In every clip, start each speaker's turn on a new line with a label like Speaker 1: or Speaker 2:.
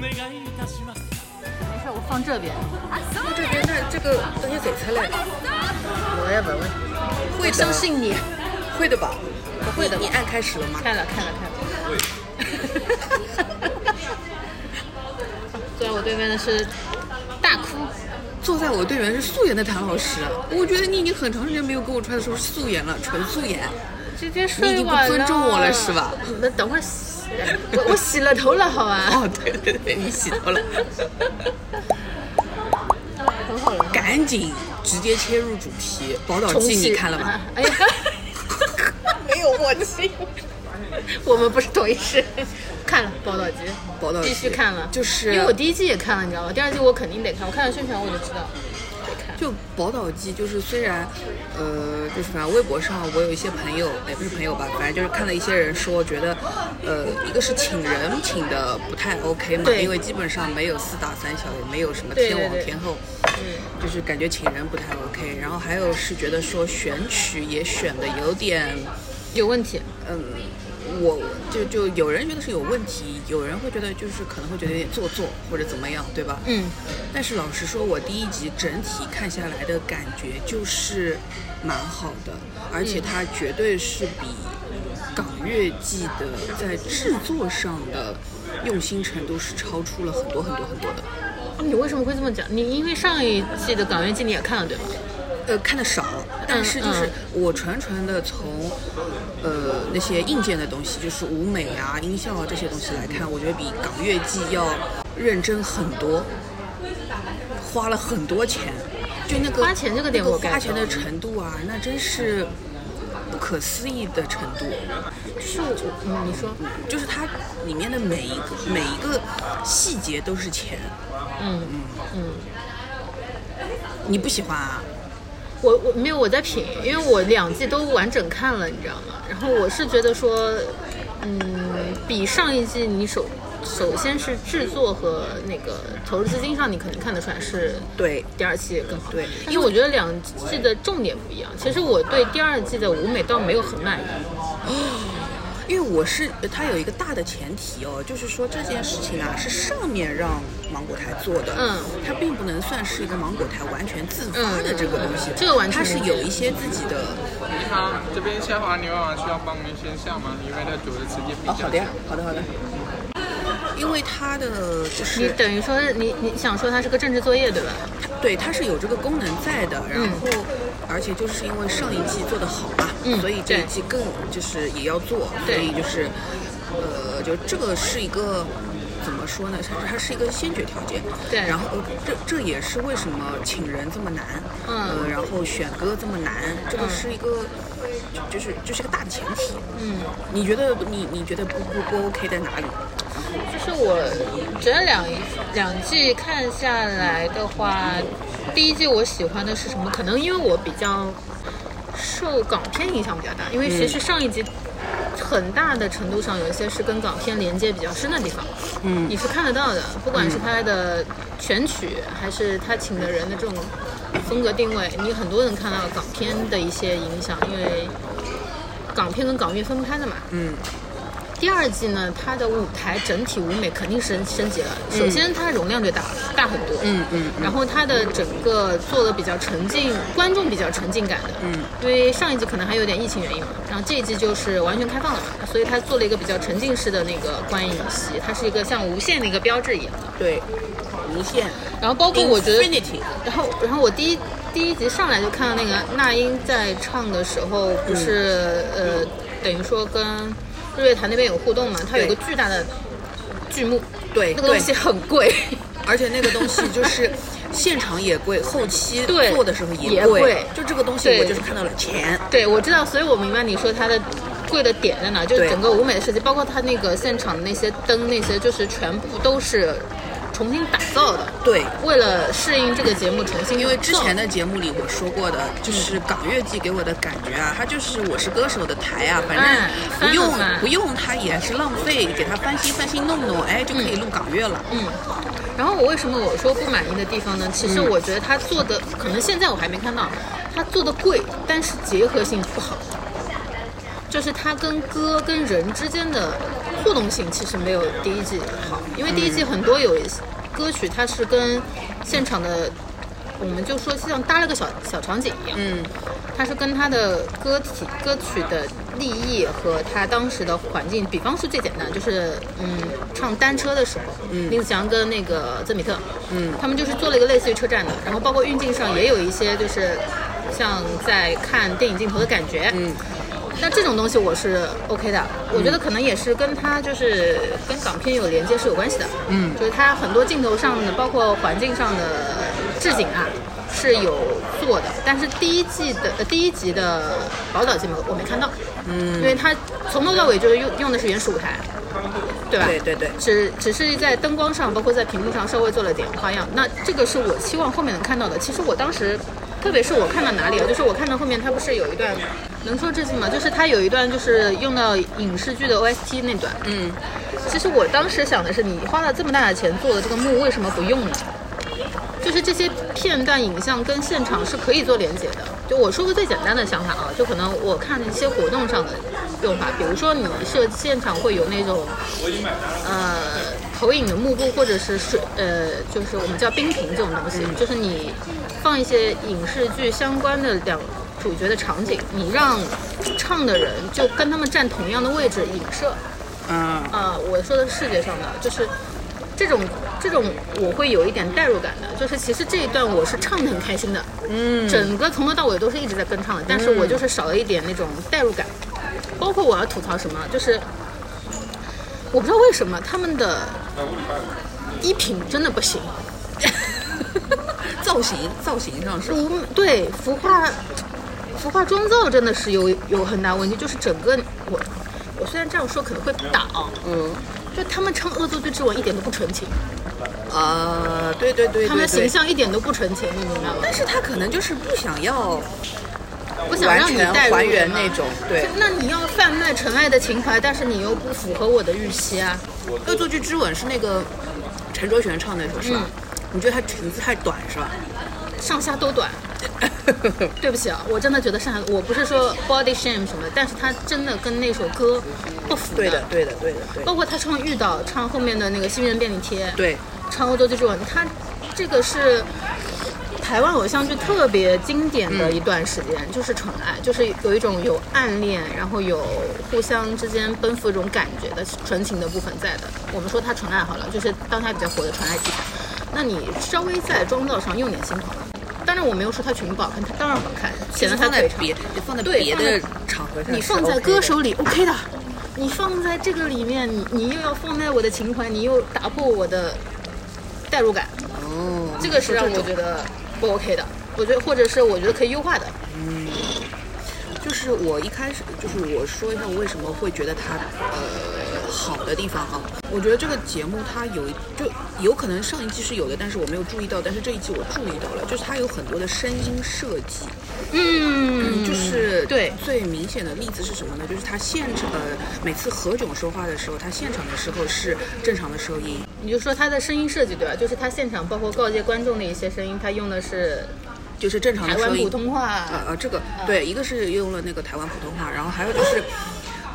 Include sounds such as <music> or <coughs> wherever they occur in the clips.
Speaker 1: 願いいたします
Speaker 2: 没事，我放这边。
Speaker 3: 那这边这这个东西给出来的，
Speaker 2: 我也闻闻，
Speaker 3: 会
Speaker 2: 相
Speaker 3: 的，
Speaker 2: 信你。
Speaker 3: 会的吧？不
Speaker 2: 会的吧
Speaker 3: 你按开始了吗？
Speaker 2: 看了看了看了。坐在我对面的是大哭，
Speaker 3: 坐在我对面是素颜的谭老师，啊我觉得你已经很长时间没有给我穿的时候是素颜了，纯素颜，
Speaker 2: 直接
Speaker 3: 你已
Speaker 2: 睡
Speaker 3: 经不
Speaker 2: 晚了。
Speaker 3: 尊重我了是？吧？
Speaker 2: 你们等会儿洗，我我洗了头了好吧？
Speaker 3: 哦，对对对，你洗 <laughs> 头了，
Speaker 2: 很好了。
Speaker 3: 赶紧直接切入主题，《宝岛
Speaker 2: 重
Speaker 3: 记》
Speaker 2: 启
Speaker 3: 你看了吗？？
Speaker 2: 哎呀，
Speaker 3: 没有默契。
Speaker 2: 我们不是同一世。看了《宝岛鸡》，
Speaker 3: 宝岛
Speaker 2: 继续
Speaker 3: 鸡
Speaker 2: 看了，
Speaker 3: 就是
Speaker 2: 因为我第一季也看了，你知道吗？第二季我肯定得看，我看了宣传我就知道。
Speaker 3: 就《宝岛记》，就是虽然，呃，就是反正微博上我有一些朋友，也不是朋友吧，反正就是看了一些人说，觉得，呃，一个是请人请的不太 OK 嘛，
Speaker 2: 对
Speaker 3: 因为基本上没有四大三小，也没有什么
Speaker 2: 对
Speaker 3: 天王
Speaker 2: 对对
Speaker 3: 天后，就是感觉请人不太 OK。然后还有是觉得说选曲也选的有点，
Speaker 2: 有问题，
Speaker 3: 嗯，我就就有人觉得是有问题，有人会觉得就是可能会觉得有点做作或者怎么样，对吧？
Speaker 2: 嗯，
Speaker 3: 但是老实说，我第一集整体看下来的感觉就是蛮好的，而且它绝对是比港乐季的在制作上的用心程度是超出了很多很多很多的。
Speaker 2: 哦你为什么会这么讲？你因为上一季的《港乐季》你也看了对吧？
Speaker 3: 呃，看的少，但是就是
Speaker 2: 嗯
Speaker 3: 我纯纯的从，呃，那些硬件的东西，就是舞美啊、音效啊这些东西来看，我觉得比港乐季要认真很多，花了很多钱，就那个
Speaker 2: 花钱这个点
Speaker 3: 那
Speaker 2: 我
Speaker 3: 花
Speaker 2: get
Speaker 3: 钱的程度啊，那真是不可思议的程度。
Speaker 2: 是我，嗯你说，
Speaker 3: 就是它里面的每一个每一个细节都是钱，
Speaker 2: 嗯嗯，
Speaker 3: 你不喜欢啊？
Speaker 2: 我我没有我在品，因为我两季都完整看了，你知道吗？然后我是觉得说，嗯，比上一季你首首先是制作和那个投入资金上，你肯定看得出来是
Speaker 3: 对，
Speaker 2: 第二季更好。
Speaker 3: 对
Speaker 2: 因为我觉得两季的重点不一样。其实我对第二季的舞美倒没有很满意，
Speaker 3: 因为我是呃它有一个大的前提哦，就是说这件事情啊是上面让芒果台做的，
Speaker 2: 嗯，
Speaker 3: 它并不能算是一个芒果台完全自发的这个东西，
Speaker 2: 嗯嗯嗯这个完全
Speaker 3: 它是有一些自己的。
Speaker 4: 你好，这边下滑牛网需要帮您先下吗？因为它煮的时间比
Speaker 3: 哦，
Speaker 4: 较
Speaker 3: 好的
Speaker 4: 久
Speaker 3: 呀。，好的好的。因为它的就
Speaker 2: 你
Speaker 3: 是
Speaker 2: 等于说是你你想说它是个政治作业对吧？
Speaker 3: 对，它是有这个功能在的，然
Speaker 2: 嗯
Speaker 3: 后、而且就是因为上一季做得好嘛，
Speaker 2: 嗯
Speaker 3: 所以这一
Speaker 2: 对
Speaker 3: 季更就是也要做，所
Speaker 2: 对
Speaker 3: 以就是呃，就这个是一个怎么说呢？它它是一个先决条件。
Speaker 2: 对
Speaker 3: 然后呃这这也是为什么请人这么难，
Speaker 2: 嗯
Speaker 3: 呃，然后选歌这么难，这个
Speaker 2: 嗯
Speaker 3: 是一个。就就是就是个大的前提，
Speaker 2: 嗯。
Speaker 3: 你觉得你你觉得不不不 OK 在哪里？
Speaker 2: 就是我觉得两两季看下来的话，第一季我喜欢的是什么？可能因为我比较受港片影响比较大，因为其实上一集很大的程度上有一些是跟港片连接比较深的地方，嗯，你是看得到的，不管是它的选曲，还是他请的人的这种风格定位，你很多能看到港片的一些影响，因为港片跟港乐分不开的嘛，第二季呢，它的舞台整体舞美肯定是升级了。首先，它容量就大了，大很多。嗯嗯。然后它的整个做的比较沉浸，观众比较沉浸感的。嗯。因为上一季可能还有点疫情原因嘛，然后这一季就是完全开放了嘛，所以它做了一个比较沉浸式的那个观影席，它是一个像无限的一个标志一样的。
Speaker 3: 对，无限。
Speaker 2: 然后包括我觉得
Speaker 3: Infinity
Speaker 2: 然后然后我第一第一集上来就看到那个那英在唱的时候，不是、
Speaker 3: 嗯
Speaker 2: 呃等于说跟日月潭那边有互动嘛，它有个巨大的剧目，
Speaker 3: 对
Speaker 2: 那个东
Speaker 3: 对
Speaker 2: 西很贵，
Speaker 3: 而且那个东西就是
Speaker 2: <laughs>
Speaker 3: 现场也贵，后期
Speaker 2: 对
Speaker 3: 做的时候
Speaker 2: 也
Speaker 3: 贵。
Speaker 2: 贵
Speaker 3: 就这个东西，
Speaker 2: 对
Speaker 3: 我就是看到了钱。
Speaker 2: 对我知道，所以我明白你说它的。贵的点在哪？就是
Speaker 3: 对
Speaker 2: 整个舞美的设计，包括它那个现场的那些灯，那些就是全部都是重新打造的，
Speaker 3: 对，
Speaker 2: 为了适应这个节目重新
Speaker 3: 因为之
Speaker 2: 造
Speaker 3: 前的节目里我说过的，就是港乐季给我的感觉啊，它就是《我是歌手》的台啊，反正
Speaker 2: 哎
Speaker 3: 不
Speaker 2: 翻了
Speaker 3: 用
Speaker 2: 翻
Speaker 3: 不用它也是浪费，给它翻新翻新弄弄，哎，就可以录港乐了。
Speaker 2: 嗯，然后我为什么我说不满意的地方呢？其实我觉得他做的，可能现在我还没看到，他做的贵，但是结合性不好，就是他跟歌跟人之间的互动性其实没有第一季好，因为第一季很多有歌曲它是跟现场的，我们就说像搭了个小小场景一样，
Speaker 3: 嗯，
Speaker 2: 它是跟它的歌体歌曲的立意和它当时的环境，比方说最简单就是嗯，唱单车的时候，嗯，林子祥跟那个曾比特，
Speaker 3: 嗯，
Speaker 2: 他们就是做了一个类似于车站的，然后包括运镜上也有一些就是像在看电影镜头的感觉，
Speaker 3: 嗯。
Speaker 2: 那这种东西我是 OK 的，我觉得可能也是跟它就是跟港片有连接是有关系的，
Speaker 3: 嗯
Speaker 2: 就是它很多镜头上的，包括环境上的置景啊是有做的，但是第一季的、呃、第一集的宝岛节目我没看到，嗯，因为它从头到尾就是用用的是原始舞台，对吧？
Speaker 3: 对对对，
Speaker 2: 只只是在灯光上，包括在屏幕上稍微做了点花样。那这个是我期望后面能看到的。其实我当时，特别是我看到哪里啊，就是我看到后面，它不是有一段，能说这些吗？就是它有一段就是用到影视剧的 OST 那段。
Speaker 3: 嗯，
Speaker 2: 其实我当时想的是，你花了这么大的钱做的这个幕，为什么不用呢？就是这些片段影像跟现场是可以做连接的。就我说个最简单的想法啊，就可能我看一些活动上的用法，比如说你设现场会有那种，呃，投影的幕布或者是水，呃，就是我们叫冰屏这种东西，就是你放一些影视剧相关的两主角的场景，你让唱的人就跟他们站同样的位置影射，
Speaker 3: 嗯，
Speaker 2: 啊，我说的视觉上的，就是这种这种我会有一点代入感的，就是其实这一段我是唱的很开心的，嗯，整个从头到尾都是一直在跟唱的，但是我就是少了一点那种代入感。包括我要吐槽什么，就是我不知道为什么他们的衣品真的不
Speaker 3: <laughs>
Speaker 2: 行，
Speaker 3: 造型造型上是，
Speaker 2: 我们对服化服化妆造真的是有有很大问题，就是整个我我虽然这样说可能会被打啊，
Speaker 3: 嗯，
Speaker 2: 就他们唱《恶作剧之吻》一点都不纯情。
Speaker 3: 啊，对对对
Speaker 2: 他们
Speaker 3: 对
Speaker 2: 形
Speaker 3: 对，
Speaker 2: 象一点都不纯情，你明白吗？
Speaker 3: 但是他可能就是不想要
Speaker 2: 不想
Speaker 3: 完
Speaker 2: 让你
Speaker 3: 全
Speaker 2: 带入
Speaker 3: 还原
Speaker 2: 我嘛
Speaker 3: 那种，对。
Speaker 2: 那你要贩卖纯爱的情怀，但是你又不符合我的预期啊。
Speaker 3: 恶作剧之吻是那个陈卓璇唱那首是吧？
Speaker 2: 嗯
Speaker 3: 你觉得她裙子太短是吧？
Speaker 2: 上下都
Speaker 3: <laughs>
Speaker 2: 短，对不起啊，我真的觉得上下，我不是说 body shame 什么的，但是他真的跟那首歌不符
Speaker 3: 对的，对的，对的，对的
Speaker 2: 包括他唱《遇到》，唱后面的那个《心愿便利贴》，
Speaker 3: 哦对，
Speaker 2: 唱《恶作剧之吻》，他这个是台湾偶像剧特别经典的一段时间，就是纯爱，就是有一种有暗恋，然后有互相之间奔赴一种感觉的纯情的部分在的。我们说它纯爱好了，就是当下比较火的纯爱题材。那你稍微在妆造上用点心头，当然我没有说她裙不好看，她当然好看，显得她
Speaker 3: 放在
Speaker 2: 腿长。
Speaker 3: 别放在
Speaker 2: 对
Speaker 3: 别
Speaker 2: 放在
Speaker 3: 的场合上，
Speaker 2: 你放在歌，手里 OK 的，你放在这个里面，你你又要放在我的情怀，你又打破我的代入感，
Speaker 3: 哦，
Speaker 2: 这个是让我觉得不 OK 的。我觉得，或者是我觉得可以优化的。
Speaker 3: 就是我一开始就是我说一下我为什么会觉得它呃好的地方啊，我觉得这个节目它有一就有可能上一季是有的，但是我没有注意到，但是这一季我注意到了，就是它有很多的声音设计，
Speaker 2: 嗯
Speaker 3: 就是
Speaker 2: 对，
Speaker 3: 最明显的例子是什么呢？就是他现场呃每次何炅说话的时候，他现场的时候是正常的收音，
Speaker 2: 你就说他的声音设计对吧？就是他现场包括告诫观众的一些声音，他用的是
Speaker 3: 就是正常
Speaker 2: 台
Speaker 3: 的
Speaker 2: 湾
Speaker 3: 收
Speaker 2: 普
Speaker 3: 音。
Speaker 2: 通话。
Speaker 3: 呃呃，这个对，一个是用了那个台湾普通话，然后还有就是，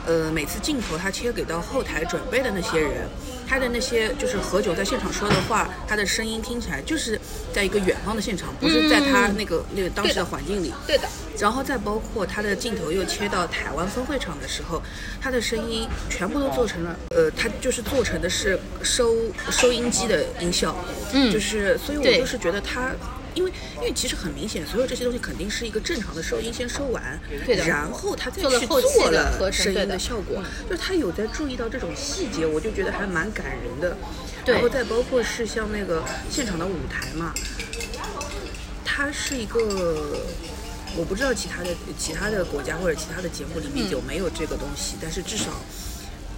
Speaker 3: 呃，每次镜头他切给到后台准备的那些人，他的那些就是何炅在现场说的话，他的声音听起来就是在一个远方的现场，不是在他那个、那个当时
Speaker 2: 对的
Speaker 3: 的环境里。
Speaker 2: 对的，
Speaker 3: 然后再包括他的镜头又切到台湾分会场的时候，他的声音全部都做成了，呃，他就是做成的是收收音机的音效，
Speaker 2: 嗯
Speaker 3: 就是所以我
Speaker 2: 对
Speaker 3: 就是觉得他。因为，因为其实很明显，所有这些东西肯定是一个正常的收音先收完，
Speaker 2: 对的
Speaker 3: 然后他再
Speaker 2: 做了
Speaker 3: 去
Speaker 2: 后期
Speaker 3: 做
Speaker 2: 的嗯
Speaker 3: 了
Speaker 2: 合成
Speaker 3: 声
Speaker 2: 对
Speaker 3: 音
Speaker 2: 的
Speaker 3: 的效果，就是他有在注意到这种细节，我就觉得还蛮感人的。
Speaker 2: 对
Speaker 3: 然后再包括是像那个现场的舞台嘛，它是一个，我不知道其他的其他的国家或者其他的节目里
Speaker 2: 嗯
Speaker 3: 面有没有这个东西，但是至少，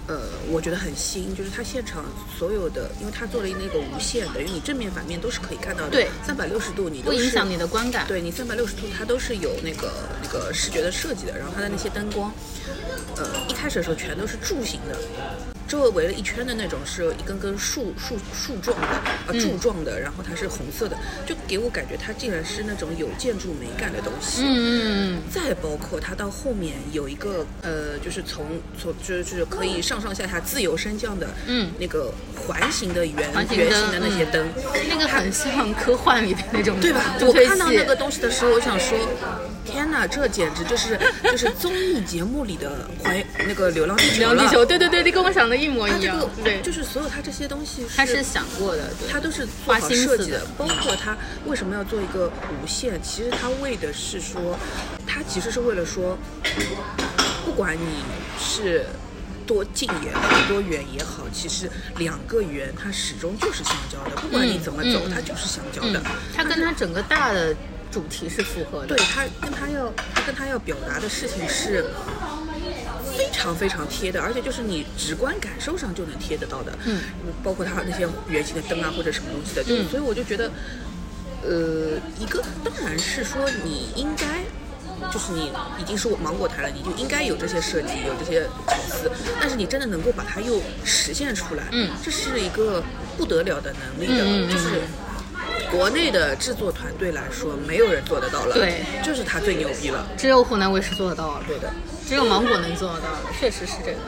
Speaker 3: 呃，我觉得很新，就是它现场所有的，因为它做了那个无线，等于你正面反面都是可以看到的，
Speaker 2: 对
Speaker 3: 三百六十度你
Speaker 2: 不
Speaker 3: 都
Speaker 2: 影
Speaker 3: 是
Speaker 2: 响你的观感。
Speaker 3: 对你三百六十度，它都是有那个那个视觉的设计的，然后它的那些灯光，呃，一开始的时候全都是柱形的，周围围了一圈的那种是一根根树树树状的啊
Speaker 2: 嗯
Speaker 3: 柱状的，然后它是红色的，就给我感觉它竟然是那种有建筑美感的东西。
Speaker 2: 嗯嗯
Speaker 3: 再包括它到后面有一个呃，就是从从就是就是可以上上下下自由升降的，
Speaker 2: 嗯
Speaker 3: 那个环形的圆
Speaker 2: 环形
Speaker 3: 圆
Speaker 2: 灯
Speaker 3: 形的那些
Speaker 2: 嗯
Speaker 3: 灯，
Speaker 2: 嗯，那个很像科幻里的那种
Speaker 3: 对吧？
Speaker 2: 助
Speaker 3: 我
Speaker 2: 推
Speaker 3: 看到
Speaker 2: 器
Speaker 3: 那个东西的时候，我想说，天哪，这简直就是就是综艺节目里的环那个流浪地球
Speaker 2: 流
Speaker 3: 了。
Speaker 2: 浪地球，对对对，你跟我想的一模
Speaker 3: 它
Speaker 2: 一
Speaker 3: 这
Speaker 2: 样
Speaker 3: 个，
Speaker 2: 对，
Speaker 3: 就是所有它这些东西
Speaker 2: 他是想过的，对，
Speaker 3: 它都是做好设
Speaker 2: 花心思
Speaker 3: 计
Speaker 2: 的
Speaker 3: 的，包括它为什么要做一个无限，其实它为的是说，它其实是为了说，不管你是多近也好，多远也好，其实两个圆它始终就是相交的，不管你怎么走，
Speaker 2: 嗯嗯
Speaker 3: 它就是相交的
Speaker 2: 嗯。，他跟他整个大的主题是符合的，
Speaker 3: 对他跟他要他跟他要表达的事情是非常非常贴的，而且就是你直观感受上就能贴得到的。
Speaker 2: 嗯，
Speaker 3: 包括他那些圆形的灯啊或者什么东西的，就是
Speaker 2: 嗯
Speaker 3: 所以我就觉得，呃，一个当然是说你应该。就是你已经是芒果台了，你就应该有这些设计，有这些巧思。但是你真的能够把它又实现出来，
Speaker 2: 嗯
Speaker 3: 这是一个不得了的能力的，
Speaker 2: 嗯嗯嗯
Speaker 3: 就是国内的制作团队来说，没有人做得到了，
Speaker 2: 对，
Speaker 3: 就是他最牛逼了。
Speaker 2: 只有湖南卫视做得到，
Speaker 3: 对的，
Speaker 2: 只有芒果能做得到，确实是这个，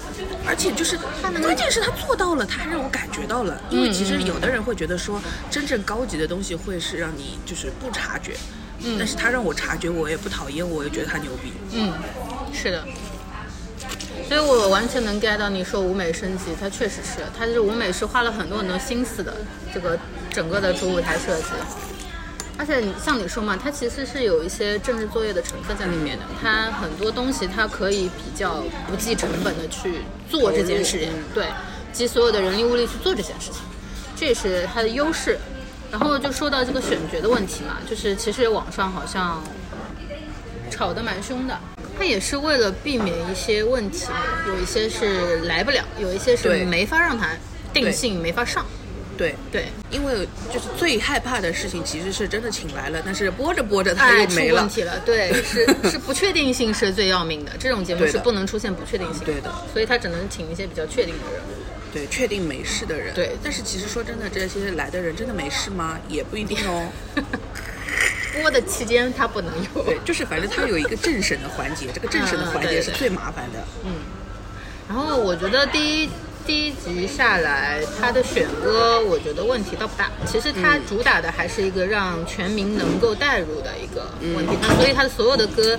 Speaker 3: 而且就是
Speaker 2: 他能
Speaker 3: 关键是他做到了，他还让我感觉到了。因为其实有的人会觉得说，真正高级的东西会是让你就是不察觉，嗯但是他让我察觉，我也不讨厌，我也觉得他牛逼。
Speaker 2: 嗯，是的。所以我完全能 get 到你说舞美升级，它确实是，它是舞美是花了很多很多心思的，这个整个的主舞台设计。而且你像你说嘛，它其实是有一些政治作业的成分在里面的，它很多东西它可以比较不计成本的去做这件事情
Speaker 3: 投入，
Speaker 2: 对，集所有的人力物力去做这件事情，这也是它的优势。然后就说到这个选角的问题嘛，就是其实网上好像吵得蛮凶的。他也是为了避免一些问题，有一些是来不了，有一些是
Speaker 3: 对
Speaker 2: 没法让他定性，没法上。
Speaker 3: 对，
Speaker 2: 对，
Speaker 3: 因为就是最害怕的事情其实是真的请来了，但是播着播着他
Speaker 2: 哎，
Speaker 3: 又
Speaker 2: 出
Speaker 3: 没了。
Speaker 2: 问题了。对，是是不确定性是最要命的，这种节目
Speaker 3: 对
Speaker 2: 是
Speaker 3: 的
Speaker 2: 不能出现不确定性。
Speaker 3: 对的，
Speaker 2: 所以他只能请一些比较确定的人。
Speaker 3: 对，确定没事的人。
Speaker 2: 对
Speaker 3: 但是其实说真的，这些来的人真的没事吗？也不一定哦。
Speaker 2: 播的期间他不能有。
Speaker 3: 对，就是反正它有一个政审的环节，这个政审
Speaker 2: 嗯
Speaker 3: 的环节是最麻烦的。
Speaker 2: 然后我觉得第一第一集下来，他的选歌我觉得问题倒不大。其实
Speaker 3: 嗯
Speaker 2: 他主打的还是一个让全民能够带入的一个
Speaker 3: 嗯
Speaker 2: 问题，它所以他的所有的歌。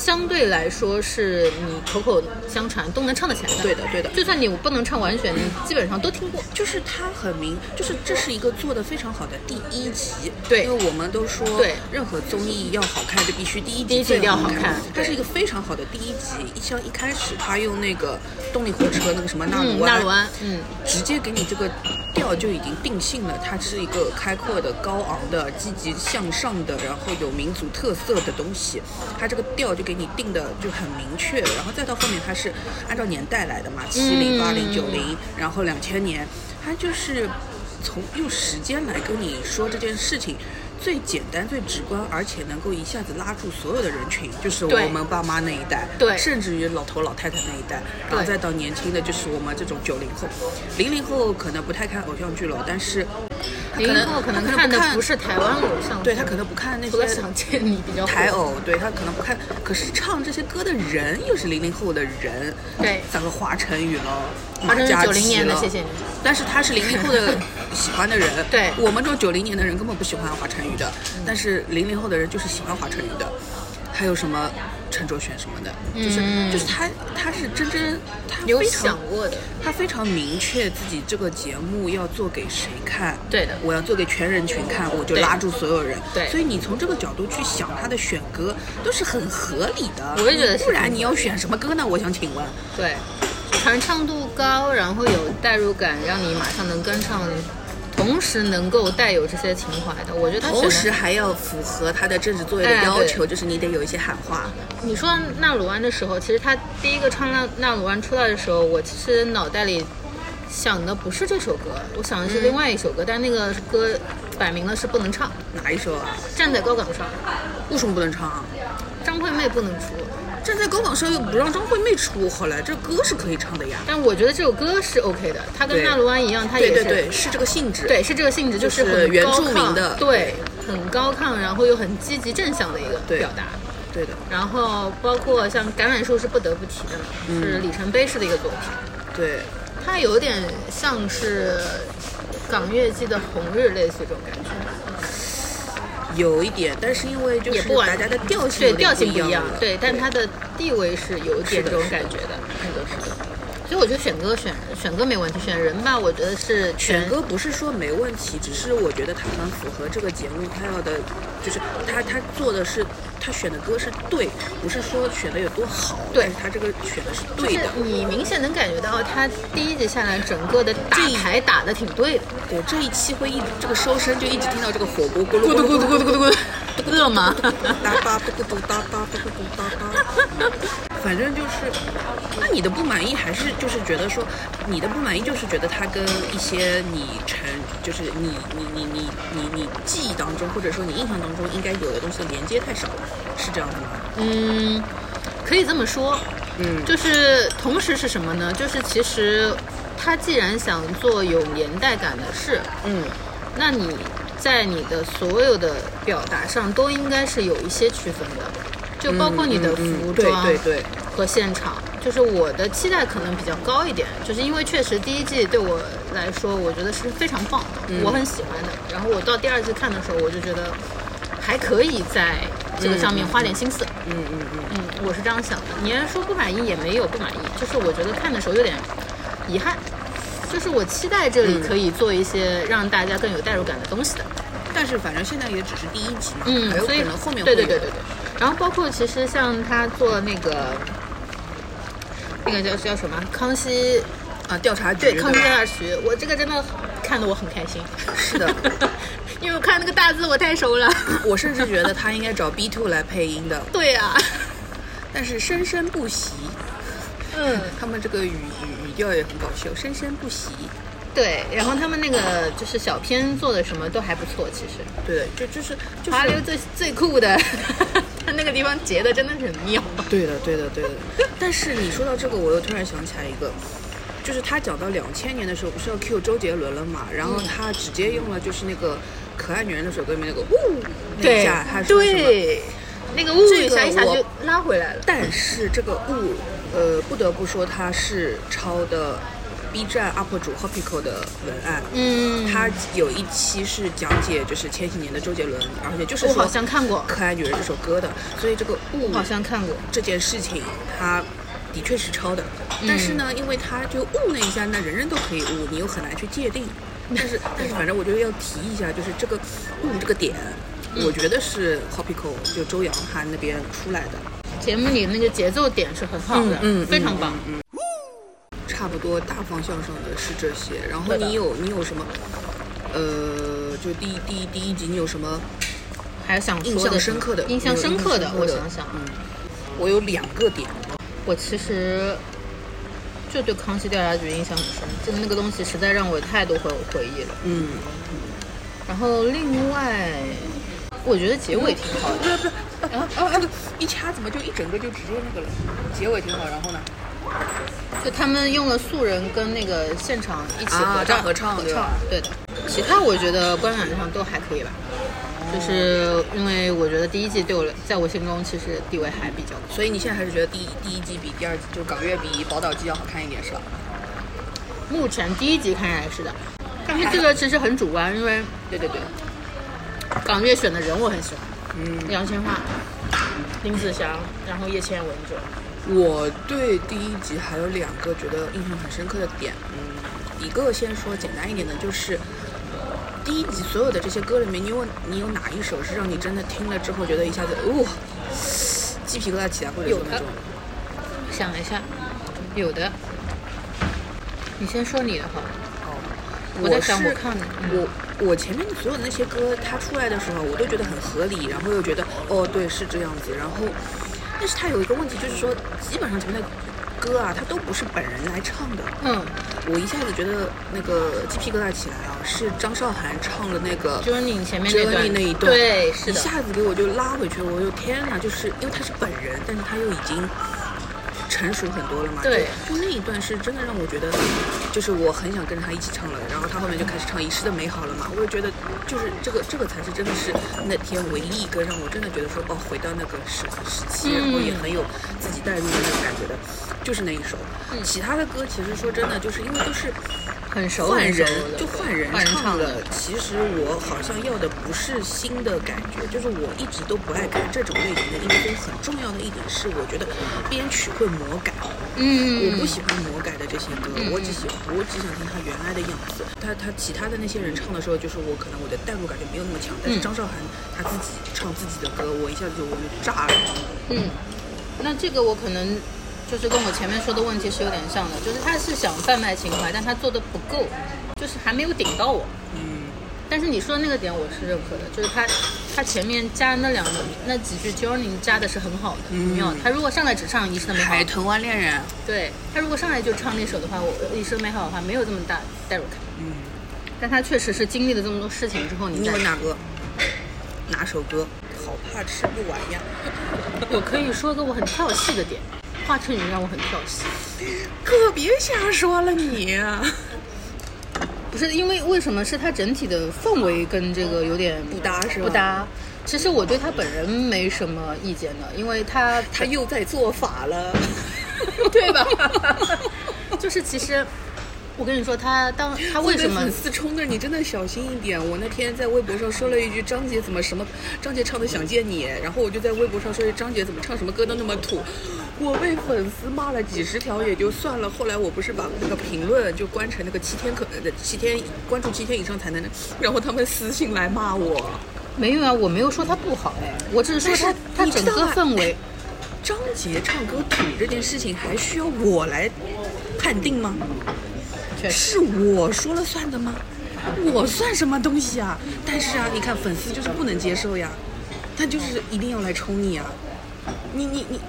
Speaker 2: 相对来说，是你口口相传都能唱得起来的。
Speaker 3: 对的对的
Speaker 2: 就算你不能唱完全，你基本上都听过。
Speaker 3: 就是它很明，就是这是一个做的非常好的第一集。
Speaker 2: 对
Speaker 3: 因为我们都说，
Speaker 2: 对
Speaker 3: 任何综艺要好看，就必须第一
Speaker 2: 第一集
Speaker 3: 集最
Speaker 2: 一定要好
Speaker 3: 看
Speaker 2: 看。
Speaker 3: 它是
Speaker 2: 对
Speaker 3: 一个非常好的第一集，像一开始他用那个动力火车那个什么纳
Speaker 2: 嗯，
Speaker 3: 鲁啊
Speaker 2: 纳
Speaker 3: 湾，
Speaker 2: 罗安，嗯，
Speaker 3: 直接给你这个调就已经定性了，它是一个开阔的、高昂的、积极向上的，然后有民族特色的东西。它这个调就给你定的就很明确，然后再到后面它是按照年代来的
Speaker 2: 嗯
Speaker 3: 嘛，七零、八零、九零，然后两千年，它就是从用时间来跟你说这件事情。最简单、最直观，而且能够一下子拉住所有的人群，就是
Speaker 2: 对
Speaker 3: 我们爸妈那一代，
Speaker 2: 对
Speaker 3: 甚至于老头老太太那一代，然后
Speaker 2: 对
Speaker 3: 再到年轻的，就是我们这种九零后、零零后可能不太看偶像剧了，但是他
Speaker 2: 零零后可能
Speaker 3: 他
Speaker 2: 看的
Speaker 3: 看
Speaker 2: 不，是台湾偶像剧，
Speaker 3: 对他可能不看那
Speaker 2: 除了
Speaker 3: 些
Speaker 2: 想见你比较火
Speaker 3: 台偶，对他可能不看，可是唱这些歌的人又是零零后的人，
Speaker 2: 对
Speaker 3: 像个华晨宇喽，
Speaker 2: 华晨宇
Speaker 3: 马嘉祺
Speaker 2: 90年的
Speaker 3: 咯
Speaker 2: 谢谢你，
Speaker 3: 但是他是零零后的
Speaker 2: <laughs>
Speaker 3: 喜欢的人，
Speaker 2: 对嗯
Speaker 3: 我们这种九零年的人根本不喜欢华晨宇的，但是零零后的人就是喜欢华晨宇的，还有什么陈卓璇什么的，就是
Speaker 2: 嗯
Speaker 3: 就是他他是真真他
Speaker 2: 有
Speaker 3: 非
Speaker 2: 想
Speaker 3: 常
Speaker 2: 过的，
Speaker 3: 他非常明确自己这个节目要做给谁看，
Speaker 2: 对的
Speaker 3: 我要做给全人群看，我就
Speaker 2: 对
Speaker 3: 拉住所有人，
Speaker 2: 对
Speaker 3: 所以你从这个角度去想他的选歌都是很合理的，
Speaker 2: 我也觉得是
Speaker 3: 不然你要选什么歌呢？我想请问，
Speaker 2: 对，传唱度高，然后有代入感，让你马上能跟上，同时能够带有这些情怀的。我觉得他选
Speaker 3: 同
Speaker 2: 的
Speaker 3: 时，还要符合他的政治作业
Speaker 2: 哎
Speaker 3: 的要
Speaker 2: 对
Speaker 3: 求，就是你得有一些喊话，
Speaker 2: 你说纳鲁湾的时候，其实他第一个唱纳纳鲁湾出来的时候，我其实脑袋里想的不是这首歌，我想的是
Speaker 3: 嗯
Speaker 2: 另外一首歌，但那个歌摆明了是不能唱，
Speaker 3: 哪一首啊？
Speaker 2: 站在高岗上，
Speaker 3: 为什么不能唱啊？
Speaker 2: 张惠妹不能出，
Speaker 3: 站在高岗上又不让张惠妹出，好了，这歌是可以唱的呀。
Speaker 2: 但我觉得这首歌是 OK 的，它跟
Speaker 3: 对
Speaker 2: 纳鲁湾一样，它也
Speaker 3: 对
Speaker 2: 是
Speaker 3: 对对，是这个性质。
Speaker 2: 对，是这个性质，就是
Speaker 3: 就是
Speaker 2: 很
Speaker 3: 原
Speaker 2: 高
Speaker 3: 住民
Speaker 2: 亢
Speaker 3: 的
Speaker 2: 对，很高亢，然后又很积极正向的一个
Speaker 3: 对
Speaker 2: 表达。
Speaker 3: 对的，
Speaker 2: 然后包括像《橄榄树》是不得不提的嘛，
Speaker 3: 嗯
Speaker 2: 是里程碑式的一个作品，
Speaker 3: 对，
Speaker 2: 它有点像是港乐季的《红日》，类似于这种感觉。
Speaker 3: 有一点，但是因为就
Speaker 2: 也
Speaker 3: 是
Speaker 2: 不完
Speaker 3: 大家的调性
Speaker 2: 对
Speaker 3: 有点
Speaker 2: 调性
Speaker 3: 不
Speaker 2: 一样
Speaker 3: 了，
Speaker 2: 对，但它的地位是有一点这种感觉的，是的，是的。所以我觉得选歌选选歌没问题，选人吧，我觉得是全
Speaker 3: 选歌不是说没问题，只是我觉得他很符合这个节目他要的，就是他他做的是他选的歌是对，不是说选的有多好，
Speaker 2: 对
Speaker 3: 但是他这个选的是
Speaker 2: 就
Speaker 3: 对
Speaker 2: 是
Speaker 3: 的。
Speaker 2: 你明显能感觉到，他第一集下来整个的打牌打的挺对的，
Speaker 3: 对，这一期会一直这个收声就一直听到这个火锅咕
Speaker 2: <laughs> 咕
Speaker 3: 噜
Speaker 2: 嘟咕
Speaker 3: 咕
Speaker 2: 嘟咕
Speaker 3: 噜咕噜
Speaker 2: 嘟咕嘟咕嘟，饿吗？
Speaker 3: 哒哒咕咕嘟哒哒咕咕嘟哒哒，反正就是，那你的不满意还是就是觉得说，你的不满意就是觉得他跟一些你成就是你你你你你你记忆当中或者说你印象当中应该有的东西的连接太少了，是这样子吗？
Speaker 2: 嗯，可以这么说，
Speaker 3: 嗯，
Speaker 2: 就是同时是什么呢？就是其实他既然想做有年代感的事，
Speaker 3: 嗯，
Speaker 2: 那你在你的所有的表达上都应该是有一些区分的，就包括你的服装
Speaker 3: 对对对，
Speaker 2: 和现场。就是我的期待可能比较高一点，就是因为确实第一季对我来说，我觉得是非常棒的，
Speaker 3: 嗯
Speaker 2: 我很喜欢的。然后我到第二季看的时候，我就觉得还可以在这个上面花点心思。
Speaker 3: 嗯嗯嗯，
Speaker 2: 嗯，我是这样想的。你要说不满意也没有不满意，就是我觉得看的时候有点遗憾，就是我期待这
Speaker 3: 嗯
Speaker 2: 里可以做一些让大家更有代入感的东西的。
Speaker 3: 但是反正现在也只是第一集嘛，
Speaker 2: 嗯
Speaker 3: 还，
Speaker 2: 所
Speaker 3: 有可
Speaker 2: 以
Speaker 3: 能后面会
Speaker 2: 对
Speaker 3: 有
Speaker 2: 对对对对。然后包括其实像他做那个那个叫叫什么康熙
Speaker 3: 啊调查局
Speaker 2: 对康熙
Speaker 3: 吧
Speaker 2: 二局，我这个真的看得我很开心。
Speaker 3: 是的，
Speaker 2: <laughs> 因为我看那个大字我太熟了。
Speaker 3: 我甚至觉得他应该找 B two 来配音的，
Speaker 2: 对呀、啊，
Speaker 3: 但是生生不息，
Speaker 2: 嗯。
Speaker 3: 他们这个语语语调也很搞笑，生生不息。
Speaker 2: 对，然后他们那个就是小片做的什么都还不错，其实。
Speaker 3: 对的，就就是就
Speaker 2: 华
Speaker 3: 是
Speaker 2: 流最最酷的， <laughs> 他那个地方截的真的是很妙。
Speaker 3: 对的，对的，对的。但是你说到这个，我又突然想起来一个，就是他讲到两千年的时候，不是要 Q 周杰伦了嘛？然后他直接用了就是那个《可爱女人》那首歌里面那个呜那一下，他说什么？
Speaker 2: 对，那个雾
Speaker 3: 这
Speaker 2: 一
Speaker 3: 个
Speaker 2: 下一下
Speaker 3: 我
Speaker 2: 就拉回来了。
Speaker 3: 但是这个呜，呃，不得不说他是抄的 B 站 UP 主 Hopico 的文案。
Speaker 2: 嗯
Speaker 3: 他有一期是讲解就是前几年的周杰伦，而且就是
Speaker 2: 我
Speaker 3: 说
Speaker 2: 哦好像看过
Speaker 3: 《可爱女人》这首歌的，所以这个
Speaker 2: 我
Speaker 3: 雾
Speaker 2: 好像看过。
Speaker 3: 这件事情，他的确是抄的。但是呢，因为他就悟了一下，那人人都可以悟，你又很难去界定。但是， <laughs> 但是反正我觉得要提一下，就是这个悟这个点，我觉得是 Hopico 就周扬他那边出来的。
Speaker 2: 节目里那个节奏点是很好的，
Speaker 3: 嗯嗯
Speaker 2: 非常棒。
Speaker 3: 差不多大方向上的是这些。然后
Speaker 2: 对的
Speaker 3: 你有你有什么？呃，就第一第一第一集你有什么
Speaker 2: 还想说
Speaker 3: 印象深刻的？
Speaker 2: 印象深刻的，
Speaker 3: 你有
Speaker 2: 我
Speaker 3: 印象
Speaker 2: 想想，
Speaker 3: 嗯，我有两个点。 <laughs>
Speaker 2: 我其实就对《康熙调查局》印象很深，就是那个东西实在让我太多回回忆了。
Speaker 3: 嗯，
Speaker 2: 然后另外，我觉得结尾挺好的。
Speaker 3: 不是不是，啊啊啊！一掐怎么就一整个就直接那个了？结尾挺好，然后呢？
Speaker 2: 就他们用了素人跟那个现场一起合
Speaker 3: 啊
Speaker 2: 唱、
Speaker 3: 这样合唱对吧
Speaker 2: 对的。其他我觉得观感上都还可以吧，就是因为我觉得第一季对我来在我心中其实地位还比较高。
Speaker 3: 所以你现在还是觉得第一第一季比第二季就港乐比宝岛季要好看一点是吧？
Speaker 2: 目前第一集看下来是的，但是这个其实很主观，因为
Speaker 3: 对对对，
Speaker 2: 港乐选的人我很喜欢，嗯，杨千嬅、林子祥，然后叶倩文这种。
Speaker 3: 我对第一集还有两个觉得印象很深刻的点，嗯，一个先说简单一点的，就是呃第一集所有的这些歌里面，你有你有哪一首是让你真的听了之后觉得一下子哦，鸡皮疙瘩起来，或者是
Speaker 2: 有的
Speaker 3: 那种
Speaker 2: 想一下，有的，你先说你的好了。我在想
Speaker 3: 是
Speaker 2: 我看的嗯
Speaker 3: 我我前面的所有那些歌，它出来的时候，我都觉得很合理，然后又觉得哦，对，是这样子。然后，但是它有一个问题，就是说，基本上前面的歌啊，它都不是本人来唱的。
Speaker 2: 嗯，
Speaker 3: 我一下子觉得那个鸡皮疙瘩起来啊，是张韶涵唱了那个
Speaker 2: 就是你前面那
Speaker 3: Journey
Speaker 2: 段
Speaker 3: 那一段，
Speaker 2: 对，是
Speaker 3: 一
Speaker 2: 的，
Speaker 3: 下子给我就拉回去了。我就天哪，就是因为他是本人，但是他又已经成熟很多了嘛。
Speaker 2: 对
Speaker 3: 就，就那一段是真的让我觉得，就是我很想跟着他一起唱了。然后他后面就开始唱《遗失的美好》了嘛，我就觉得就是这个这个才是真的是那天唯一一个让我真的觉得说哦，回到那个时时期，
Speaker 2: 嗯
Speaker 3: 然后也很有自己代入的那种感觉的，就是那一首。其他的歌其实说真的，就是因为都是。
Speaker 2: 很熟，
Speaker 3: 换
Speaker 2: 很熟
Speaker 3: 人
Speaker 2: 的
Speaker 3: 就换人
Speaker 2: 换人
Speaker 3: 唱
Speaker 2: 唱
Speaker 3: 的。其实我好像要的不是新的感觉，就是我一直都不爱看这种类型的音乐。很重要的一点是，我觉得编曲会魔改，
Speaker 2: 嗯，
Speaker 3: 我不喜欢魔改的这些歌，我只喜欢，我只想听他原来的样子。他他其他的那些人唱的时候，就是我可能我的代入感就没有那么强，但
Speaker 2: 嗯
Speaker 3: 是张韶涵她自己唱自己的歌，我一下子就我就炸了。
Speaker 2: 嗯，那这个我可能就是跟我前面说的问题是有点像的，就是他是想贩卖情怀，但他做的不够，就是还没有顶到我。
Speaker 3: 嗯，
Speaker 2: 但是你说的那个点我是认可的，就是他他前面加那两那几句 Journey 加的是很好的，很妙的。他如果上来只唱《一生的美好
Speaker 3: 海》，豚湾恋人，
Speaker 2: 对他如果上来就唱那首的话，我《一生美好》的话没有这么大代入感。
Speaker 3: 嗯，
Speaker 2: 但他确实是经历了这么多事情之后，你
Speaker 3: 你
Speaker 2: 再
Speaker 3: 有哪个哪首歌？好怕吃不完呀。
Speaker 2: 我可以说个我很跳戏的点，华晨宇让我很跳戏。
Speaker 3: 可别瞎说了你、啊
Speaker 2: 不是因为为什么是他整体的氛围跟这个有点
Speaker 3: 不搭是吧？
Speaker 2: 不，搭。其实我对他本人没什么意见的，因为 <laughs> 他
Speaker 3: <laughs> 他又在做法 <laughs> 了，
Speaker 2: 对吧？<laughs>
Speaker 3: <laughs>
Speaker 2: 就是其实我跟你说，他当他为什么
Speaker 3: 粉丝冲着你真的小心一点。我那天在微博上说了一句张杰怎么什么，张杰唱的《想见你》，然后我就在微博上说张杰怎么唱什么歌都那么土，我被粉丝骂了几十条也就算了，后来我不是把那个评论就关成那个七天可呃七天关注七天以上才能，然后他们私信来骂我。
Speaker 2: 没有啊？我没有说他不好哎，我只是说他
Speaker 3: 但
Speaker 2: 他
Speaker 3: 是
Speaker 2: 整
Speaker 3: 你知
Speaker 2: 个
Speaker 3: 道吧
Speaker 2: 氛 <laughs> 围，
Speaker 3: 张杰唱歌土这件事情还需要我来判定吗？
Speaker 2: 确实
Speaker 3: 是我说了算的吗？我算什么东西啊？但是啊，你看粉丝就是不能接受呀，他就是一定要来冲你啊！你你你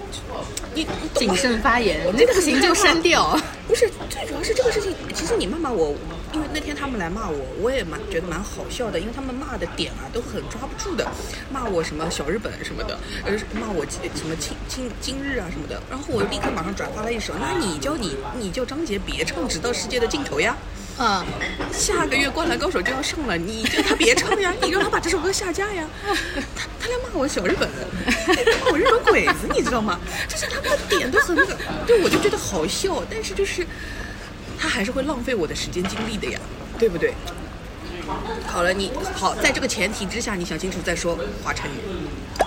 Speaker 3: 你你懂
Speaker 2: 谨
Speaker 3: 吗？
Speaker 2: 慎发言，
Speaker 3: 真的
Speaker 2: 不
Speaker 3: 很
Speaker 2: 行就
Speaker 3: 害怕
Speaker 2: 删 <laughs> 掉。
Speaker 3: 不是，最主要是这个事情，其实你骂骂我，因为那天他们来骂我，我也蛮觉得蛮好笑的，因为他们骂的点啊都很抓不住的，骂我什么小日本什么的，呃，骂我今什么今今今日啊什么的，然后我立刻马上转发了一首，那你叫你你叫张杰别唱《直到世界的尽头》呀，
Speaker 2: 啊，
Speaker 3: 下个月《灌篮高手》就要上了，你叫他别唱呀，你让他把这首歌下架呀。
Speaker 2: <laughs>
Speaker 3: 他他来骂我小日本，骂我日本鬼子，你知道吗？就是他们的点都很那个，对我就觉得好笑，但是就是他还是会浪费我的时间精力的呀，对不对？好了，你好，在这个前提之下，你想清楚再说。华晨宇，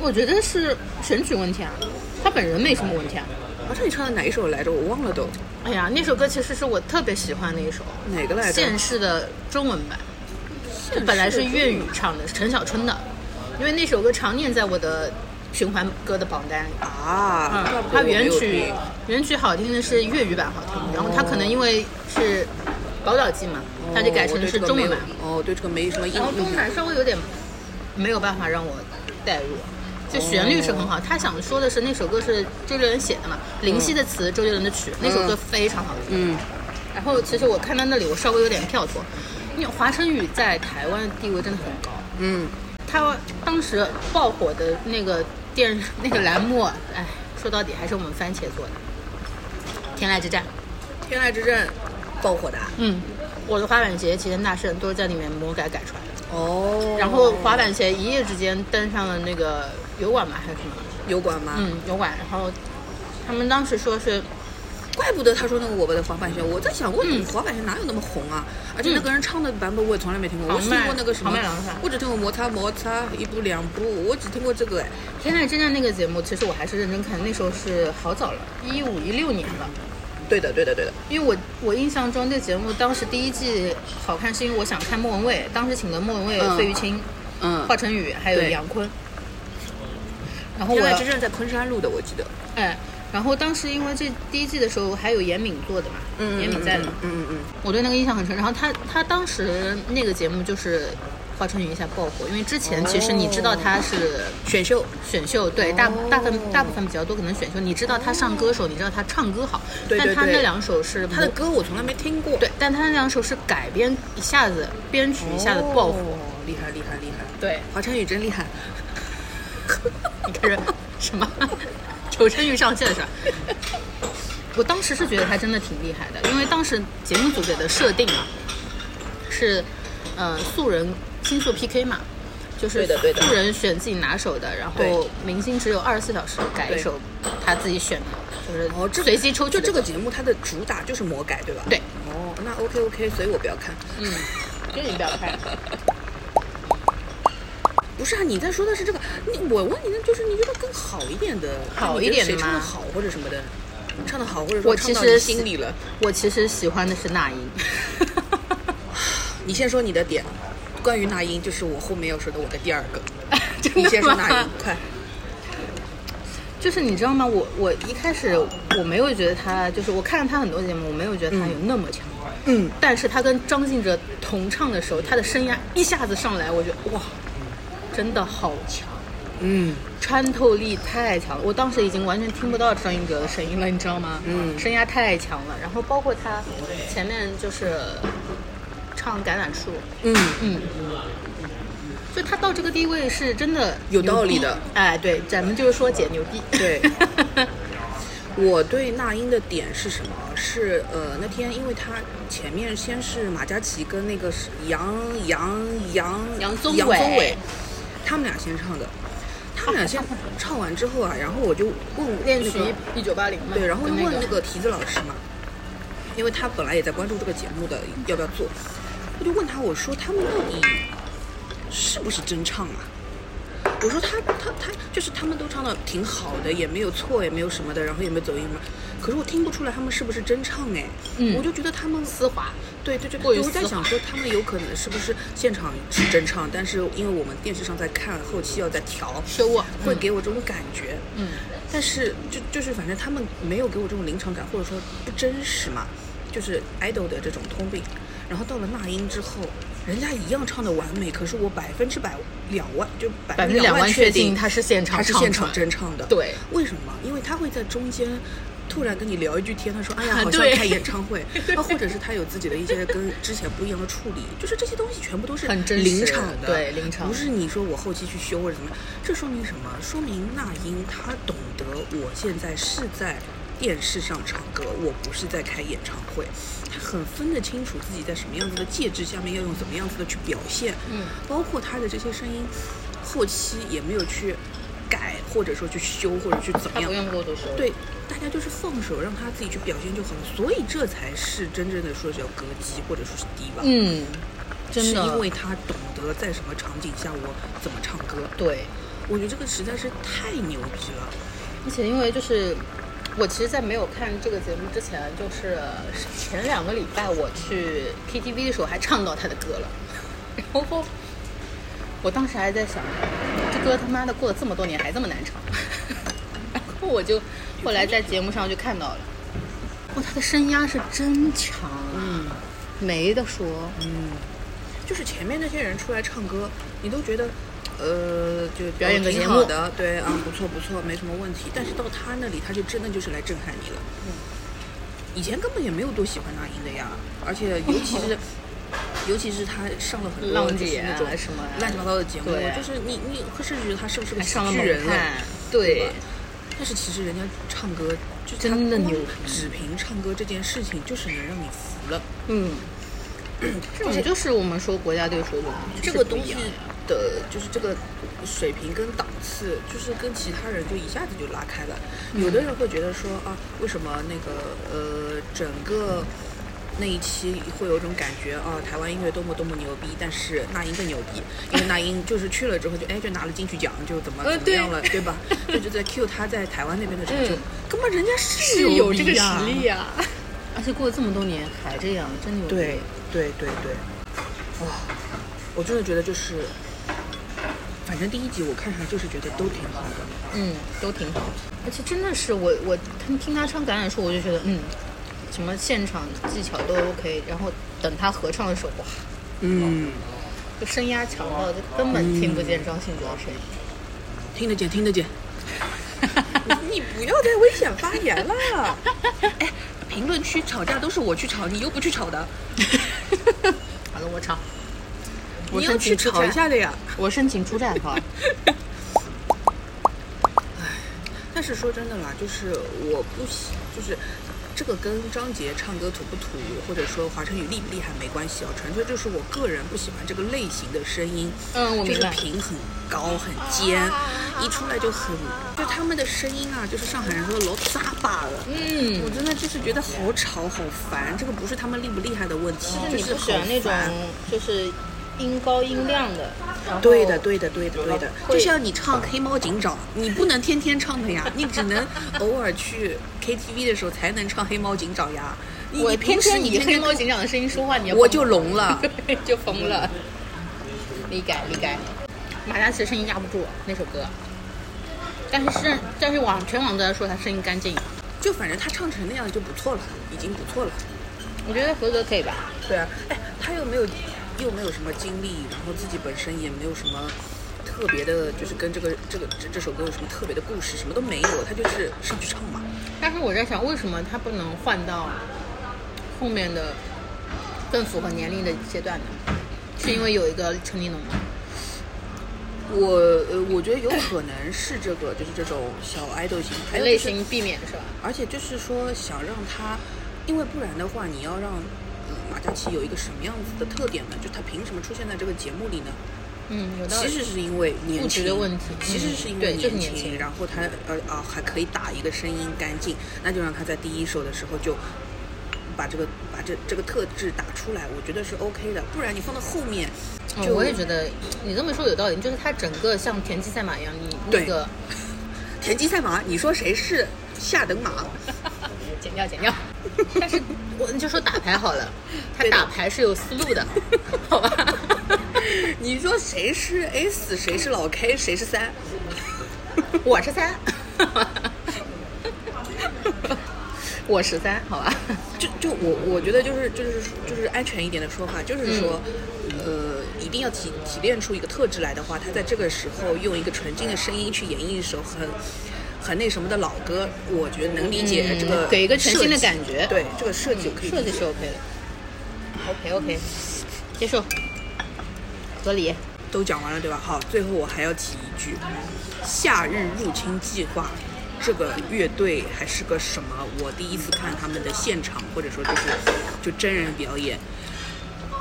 Speaker 2: 我觉得是选曲问题啊，他本人没什么问题啊。
Speaker 3: 华晨宇唱的哪一首来着？我忘了都，
Speaker 2: 哎呀，那首歌其实是我特别喜欢的一首，
Speaker 3: 哪个来着？
Speaker 2: 现世的中文版，就本来是粤语唱的，是陈小春的，因为那首歌常年在我的循环歌的榜单里。
Speaker 3: 啊，
Speaker 2: 嗯它
Speaker 3: 怪不，得我没有哦
Speaker 2: 原
Speaker 3: 听
Speaker 2: 曲原曲好听的是粤语版好听，然后它可能因为是宝岛季嘛，它就改成是中文版。
Speaker 3: 哦，我对这个没有哦对这个没什么印
Speaker 2: 然后中文
Speaker 3: 象。
Speaker 2: 版稍微有点没有办法让我代入，就旋律是很
Speaker 3: 哦
Speaker 2: 好。他想说的是那首歌是周杰伦写的嘛，林夕的词，周杰伦的曲，那首歌非常好听。
Speaker 3: 嗯，
Speaker 2: 然后其实我看到那里，我稍微有点跳脱。因为华晨宇在台湾的地位真的很高，
Speaker 3: 嗯，
Speaker 2: 他当时爆火的那个电那个栏目，哎，说到底还是我们番茄做的《天籁之战》。
Speaker 3: 天籁之刃爆火的啊
Speaker 2: 嗯，我的滑板鞋、齐天大圣都是在里面魔改改出来的。
Speaker 3: 哦，
Speaker 2: 然后滑板鞋一夜之间登上了那个油管吧，还是什么？
Speaker 3: 油管吗？
Speaker 2: 嗯，油管。然后他们当时说是
Speaker 3: 怪不得他说那个我们的滑板鞋，我在想，我怎
Speaker 2: 嗯
Speaker 3: 么滑板鞋哪有那么红啊？而且那个人唱的版本我也从来没听过，
Speaker 2: 好
Speaker 3: 我只听过那个什
Speaker 2: 嗯
Speaker 3: 么
Speaker 2: 好麦郎是吧，
Speaker 3: 我只听过摩擦摩擦一步两步，我只听过这个哎。
Speaker 2: 《天籁之战》那个节目，其实我还是认真看，那时候是好早了，一五一六年了。
Speaker 3: 对的，对的，对的。
Speaker 2: 因为我我印象中这节目当时第一季好看，是因为我想看莫文蔚，当时请了莫文蔚、
Speaker 3: 嗯
Speaker 2: 费玉清、
Speaker 3: 嗯
Speaker 2: 华晨宇还有
Speaker 3: 对
Speaker 2: 杨坤，然后
Speaker 3: 天
Speaker 2: 我
Speaker 3: 籁之刃在昆山录的，我记得。
Speaker 2: 哎，然后当时因为这第一季的时候还有严敏做的嘛，
Speaker 3: 嗯
Speaker 2: 严敏在的嘛，
Speaker 3: 嗯嗯嗯。
Speaker 2: 我对那个印象很深。然后他他当时那个节目就是华晨宇一下爆火，因为之前其实你知道
Speaker 3: 哦
Speaker 2: 他是
Speaker 3: 选秀，
Speaker 2: 选秀，对
Speaker 3: 哦
Speaker 2: 大大部分大部分比较多可能选秀，你知道他上歌手，你知道他唱歌好，
Speaker 3: 对对
Speaker 2: 但他
Speaker 3: 对
Speaker 2: 那两首是
Speaker 3: 他的歌我从来没听过，，
Speaker 2: 嗯对，但他那两首是改编一下子编曲一下子爆火，，
Speaker 3: 哦厉害厉害厉害，
Speaker 2: 对，
Speaker 3: 华晨宇真厉害，
Speaker 2: <laughs> 你看人什么求生欲上线是吧？我当时是觉得他真的挺厉害的，因为当时节目组给的设定啊，是呃素人星宿 PK 嘛，就是
Speaker 3: 对的对的
Speaker 2: 素人选自己拿手的，然
Speaker 3: 对
Speaker 2: 后明星只有二十四小时改一首他自己选的，就
Speaker 3: 哦，这
Speaker 2: 是
Speaker 3: 个
Speaker 2: 随机抽取
Speaker 3: 就
Speaker 2: 的
Speaker 3: 这个节目它的主打就是魔改，对吧？
Speaker 2: 对，
Speaker 3: 哦，那 OK OK，所以我不要看。
Speaker 2: 嗯，就你不要拍。
Speaker 3: 不是啊，你在说的是这个，你我问你的就是你觉得更好一点的，
Speaker 2: 好
Speaker 3: 你
Speaker 2: 一
Speaker 3: 觉得
Speaker 2: 点的
Speaker 3: 谁唱的
Speaker 2: 吗
Speaker 3: 好或者什么的，唱的好或者说
Speaker 2: 我
Speaker 3: 唱
Speaker 2: 其
Speaker 3: 到你
Speaker 2: 实
Speaker 3: 心里了。，
Speaker 2: <laughs> 我其实喜欢的是那英。
Speaker 3: 你先说你的点，关于那英，就是我后面要说的我的第二个。
Speaker 2: <laughs> 真的
Speaker 3: 你先说那
Speaker 2: 吗
Speaker 3: 英，快。
Speaker 2: 就是你知道吗？我我一开始我没有觉得他，就是我看了他很多节目，我没有觉得他有那么强。
Speaker 3: 嗯，
Speaker 2: 但是他跟张信哲同唱的时候，他的声压一下子上来，我觉得哇，真的好强，
Speaker 3: 嗯，
Speaker 2: 穿透力太强了。我当时已经完全听不到张信哲的声音了，你知道吗？
Speaker 3: 嗯
Speaker 2: 声压太强了。然后包括他前面就是唱《橄榄树》，
Speaker 3: 嗯，
Speaker 2: 嗯，就他到这个地位是真的
Speaker 3: 有
Speaker 2: 牛
Speaker 3: 道理
Speaker 2: 逼
Speaker 3: 的。
Speaker 2: 哎，对，咱们就是说姐牛逼。 <laughs>
Speaker 3: 对我对那英的点是什么？是呃，那天因为他前面先是马嘉祺跟那个是杨杨杨
Speaker 2: 杨宗
Speaker 3: 杨宗
Speaker 2: 纬
Speaker 3: 纬，他们俩先唱的。他们俩先唱完之后啊，然后我就问
Speaker 2: 恋
Speaker 3: 那
Speaker 2: 曲
Speaker 3: 个
Speaker 2: 一九八零嘛，
Speaker 3: 对，然后就
Speaker 2: 跟
Speaker 3: 问
Speaker 2: 那
Speaker 3: 那个提子老师嘛，因为他本来也在关注这个节目的，要不要做？我就问他，我说他们到底是不是真唱啊？我说他他他就是他们都唱的挺好的，也没有错，也没有什么的，然后也没有走音嘛。可是我听不出来他们是不是真唱哎，
Speaker 2: 嗯
Speaker 3: 我就觉得他们
Speaker 2: 丝滑，
Speaker 3: 对对对，
Speaker 2: 过于
Speaker 3: 对我在
Speaker 2: 丝
Speaker 3: 想
Speaker 2: 滑
Speaker 3: 说他们有可能是不是现场是真唱，但是因为我们电视上在看，后期要再调，
Speaker 2: 修我
Speaker 3: 会给我这种感觉。
Speaker 2: 嗯，
Speaker 3: 但是就就是反正他们没有给我这种临场感，或者说不真实嘛，就是 idol 的这种通病。然后到了那英之后，人家一样唱的完美，可是我百分之百两万就百
Speaker 2: 百分
Speaker 3: 之
Speaker 2: 之两
Speaker 3: 万
Speaker 2: 万确
Speaker 3: 定
Speaker 2: 定他是现场
Speaker 3: 他是
Speaker 2: 唱
Speaker 3: 现
Speaker 2: 出
Speaker 3: 场
Speaker 2: 来
Speaker 3: 真唱的。
Speaker 2: 对，
Speaker 3: 为什么？因为他会在中间。突然跟你聊一句天，他说：“哎呀，
Speaker 2: 啊
Speaker 3: 好像
Speaker 2: 对
Speaker 3: 开演唱
Speaker 2: <laughs>
Speaker 3: 会。”啊，或者是他有自己的一些跟之前不一样的处理，就是这些东西全部都是
Speaker 2: 很真实
Speaker 3: 临场的，
Speaker 2: 对临场
Speaker 3: 不是你说我后期去修或者怎么样。这说明什么？说明那英她懂得我现在是在电视上唱歌，我不是在开演唱会。她很分得清楚自己在什么样子的介质下面要用怎么样子的去表现。
Speaker 2: 嗯，
Speaker 3: 包括她的这些声音，后期也没有去改，或者说去修，或者去怎么
Speaker 2: 他
Speaker 3: 样
Speaker 2: 不。用过多说，，
Speaker 3: 对，大家就是放手让他自己去表现就好了，所以这才是真正的说叫歌姬或者说是低吧。，
Speaker 2: 嗯，
Speaker 3: 是
Speaker 2: 真的，
Speaker 3: 因为他懂得在什么场景下我怎么唱歌。
Speaker 2: 对，
Speaker 3: 我觉得这个实在是太牛逼了。
Speaker 2: 而且因为就是我其实，在没有看这个节目之前，就是前两个礼拜我去 KTV 的时候还唱到他的歌了， <laughs> 然后我当时还在想，这歌他妈的过了这么多年还这么难唱， <laughs> 然后我就后来在节目上就看到了，哇，他的声压是真强啊，
Speaker 3: 嗯
Speaker 2: 没得说，
Speaker 3: 就是前面那些人出来唱歌，你都觉得，呃，就
Speaker 2: 表演个
Speaker 3: 挺
Speaker 2: 节
Speaker 3: 好
Speaker 2: 目
Speaker 3: 的，对啊，不错不错，没什么问题。但是到他那里，他就真的就是来震撼你了。以前根本也没有多喜欢那英的呀，而且尤其
Speaker 2: <laughs>
Speaker 3: 是。尤其是他上了很多
Speaker 2: 浪
Speaker 3: 就是
Speaker 2: 姐
Speaker 3: 那
Speaker 2: 啊
Speaker 3: 种
Speaker 2: 什么啊
Speaker 3: 乱七八糟的节目，
Speaker 2: 对
Speaker 3: 就是你你会甚至觉得他是不是个
Speaker 2: 还
Speaker 3: 喜
Speaker 2: 上了
Speaker 3: 剧
Speaker 2: 猛
Speaker 3: 人啊了
Speaker 2: 看，，
Speaker 3: 对
Speaker 2: 对
Speaker 3: 吧。但是其实人家唱歌就他
Speaker 2: 真的
Speaker 3: 光
Speaker 2: 牛
Speaker 3: 只凭唱歌这件事情就是能让你服了。
Speaker 2: 嗯，这种就是我们说国家队水准，
Speaker 3: 这
Speaker 2: 就是
Speaker 3: 个
Speaker 2: 不
Speaker 3: 东
Speaker 2: 一
Speaker 3: 西
Speaker 2: 样
Speaker 3: 的，就是这个水平跟档次，就是跟其他人就一下子就拉开了。有
Speaker 2: 嗯
Speaker 3: 的人会觉得说啊，为什么那个呃，整个那一期会有一种感觉啊，台湾音乐多么多么牛逼，但是那英更牛逼，因为那英就是去了之后就哎就拿了金曲奖，就怎么
Speaker 2: 呃
Speaker 3: 怎么样
Speaker 2: 对
Speaker 3: 了，对吧？ <laughs> 就就在 Q 他在台湾那边的成就
Speaker 2: 嗯，
Speaker 3: 根本人家是
Speaker 2: 是有
Speaker 3: 牛
Speaker 2: 这个
Speaker 3: 逼呀
Speaker 2: 实力啊。而且过了这么多年还这样，真牛逼。
Speaker 3: 对对对对，哇、我真的觉得就是，反正第一集我看上就是觉得都挺好的。
Speaker 2: 嗯，都挺好。而且真的是我我他听他唱《橄榄树》，我就觉得嗯，什么现场技巧都 OK。然后等他合唱的时候，哇，
Speaker 3: 嗯，
Speaker 2: 就声压强到就根本听不见张信哲的声音。 <laughs>
Speaker 3: 听得见，听得见。你不要再危险发言了。哎，评论区吵架都是我去吵，你又不去吵的，
Speaker 2: 好了，我唱，
Speaker 3: 你要
Speaker 2: 申
Speaker 3: 去
Speaker 2: 请出
Speaker 3: 吵一
Speaker 2: 战，
Speaker 3: 下的呀。
Speaker 2: 我申请出战
Speaker 3: <laughs>
Speaker 2: 好吧。
Speaker 3: 但是说真的啦，就是我不喜，就是这个跟张杰唱歌土不土，或者说华晨宇厉不厉害没关系哦，纯粹就是我个人不喜欢这个类型的声音。
Speaker 2: 嗯我
Speaker 3: 就
Speaker 2: 明
Speaker 3: 是
Speaker 2: 白
Speaker 3: 平很高很尖，一出来就很，就他们的声音啊，就是上海人说的老杂巴了。
Speaker 2: 嗯，
Speaker 3: 我真的就是觉得好吵好烦，这个不是他们厉不厉害的问题，
Speaker 2: 就是
Speaker 3: 就
Speaker 2: 你
Speaker 3: 是
Speaker 2: 不喜欢
Speaker 3: 好
Speaker 2: 那种
Speaker 3: 烦
Speaker 2: 就是音高音量的。然后
Speaker 3: 对的，对的，对的，对的，
Speaker 2: 哦会
Speaker 3: 就像你唱《黑猫警长》，你不能天天唱的呀，你只
Speaker 2: <laughs>
Speaker 3: 能偶尔去 KTV 的时候才能唱《黑猫警长》呀。你
Speaker 2: 我
Speaker 3: 你
Speaker 2: 天
Speaker 3: 平时
Speaker 2: 天
Speaker 3: 你
Speaker 2: 以
Speaker 3: 天
Speaker 2: 黑
Speaker 3: 天
Speaker 2: 猫警长的声音说话，你要
Speaker 3: 我
Speaker 2: 疯
Speaker 3: 就
Speaker 2: <laughs>
Speaker 3: 聋了。
Speaker 2: 对，就疯了。理解理解。马嘉祺声音压不住那首歌，但是是但是网全网都在说他声音干净，
Speaker 3: 就反正他唱成那样就不错了，已经不错了。
Speaker 2: 我觉得合格可以吧？
Speaker 3: 对啊，哎，他又没有又没有什么经历，然后自己本身也没有什么特别的，就是跟这个这个这这首歌有什么特别的故事，什么都没有，他就是上去唱嘛。
Speaker 2: 但是我在想，为什么他不能换到后面的更符合年龄的阶段呢？是因为有一个陈立农吗？
Speaker 3: 我呃，我觉得有可能是这个，就是这种小爱豆型，还有
Speaker 2: 类
Speaker 3: 哎就是
Speaker 2: 型避免是吧？
Speaker 3: 而且就是说，想让他，因为不然的话，你要让、呃马嘉祺有一个什么样子的特点呢？就他凭什么出现在这个节目里呢？
Speaker 2: 嗯，有道
Speaker 3: 其
Speaker 2: 理。
Speaker 3: 实是因为年
Speaker 2: 固执
Speaker 3: 轻
Speaker 2: 的问题
Speaker 3: 其实
Speaker 2: 嗯
Speaker 3: 是因
Speaker 2: 对
Speaker 3: 为
Speaker 2: 就是
Speaker 3: 年
Speaker 2: 年轻
Speaker 3: 然后他呃啊还可以打一个声音干净，那就让他在第一首的时候就把这个把这这个特质打出来，我觉得是 OK 的。不然你放到后面
Speaker 2: 嗯
Speaker 3: 就、
Speaker 2: 我也觉得你这么说有道理，就是他整个像田忌赛马一样，你那
Speaker 3: 对
Speaker 2: 个
Speaker 3: 田忌赛马，你说谁是 <laughs> 下等马？
Speaker 2: 剪掉剪掉。 <laughs> 但是我就说打牌好了，他
Speaker 3: 对的
Speaker 2: 打牌是有思路的，好吧？
Speaker 3: <laughs> 你说谁是 S，谁是老 K，谁是三？
Speaker 2: 我是
Speaker 3: <laughs>
Speaker 2: 三，我十三，好吧？
Speaker 3: 就就我我觉得就是就是就是安全一点的说法，
Speaker 2: 嗯
Speaker 3: 就是说，呃，一定要提提炼出一个特质来的话，他在这个时候用一个纯净的声音去演绎一首很很那什么的老歌，我觉得能理解
Speaker 2: 嗯
Speaker 3: 这个、
Speaker 2: 给一个全新的感觉嗯
Speaker 3: 对这个设计我可以
Speaker 2: 设计是 OK 的，OK OK，接受，合理。
Speaker 3: 都讲完了对吧？好，最后我还要提一句，《夏日入侵计划》这个乐队还是个什么？我第一次看他们的现场，或者说就是就真人表演，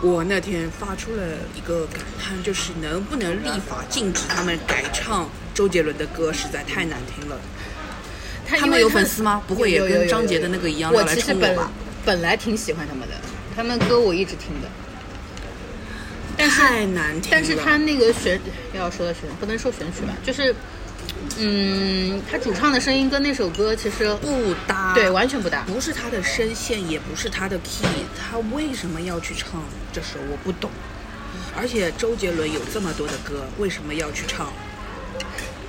Speaker 3: 我那天发出了一个感叹，就是能不能立法禁止他们改唱周杰伦的歌，实在太难听了。
Speaker 2: 他
Speaker 3: 他们
Speaker 2: 因为
Speaker 3: 有粉丝吗不会也
Speaker 2: 有有有
Speaker 3: 跟张
Speaker 2: 有
Speaker 3: 杰
Speaker 2: 有
Speaker 3: 的那个一样
Speaker 2: 我
Speaker 3: 要来
Speaker 2: 其实
Speaker 3: 冲我
Speaker 2: 本
Speaker 3: 吧
Speaker 2: 本来挺喜欢他们的，他们歌我一直听的。但是
Speaker 3: 太难听了。
Speaker 2: 但是他那个选要说的选不能说选曲吧，就是，嗯，他主唱的声音跟那首歌其实
Speaker 3: 不搭，
Speaker 2: 对完全不搭。
Speaker 3: 不是他的声线，也不是他的 key，他为什么要去唱这首我不懂。而且周杰伦有这么多的歌，为什么要去唱？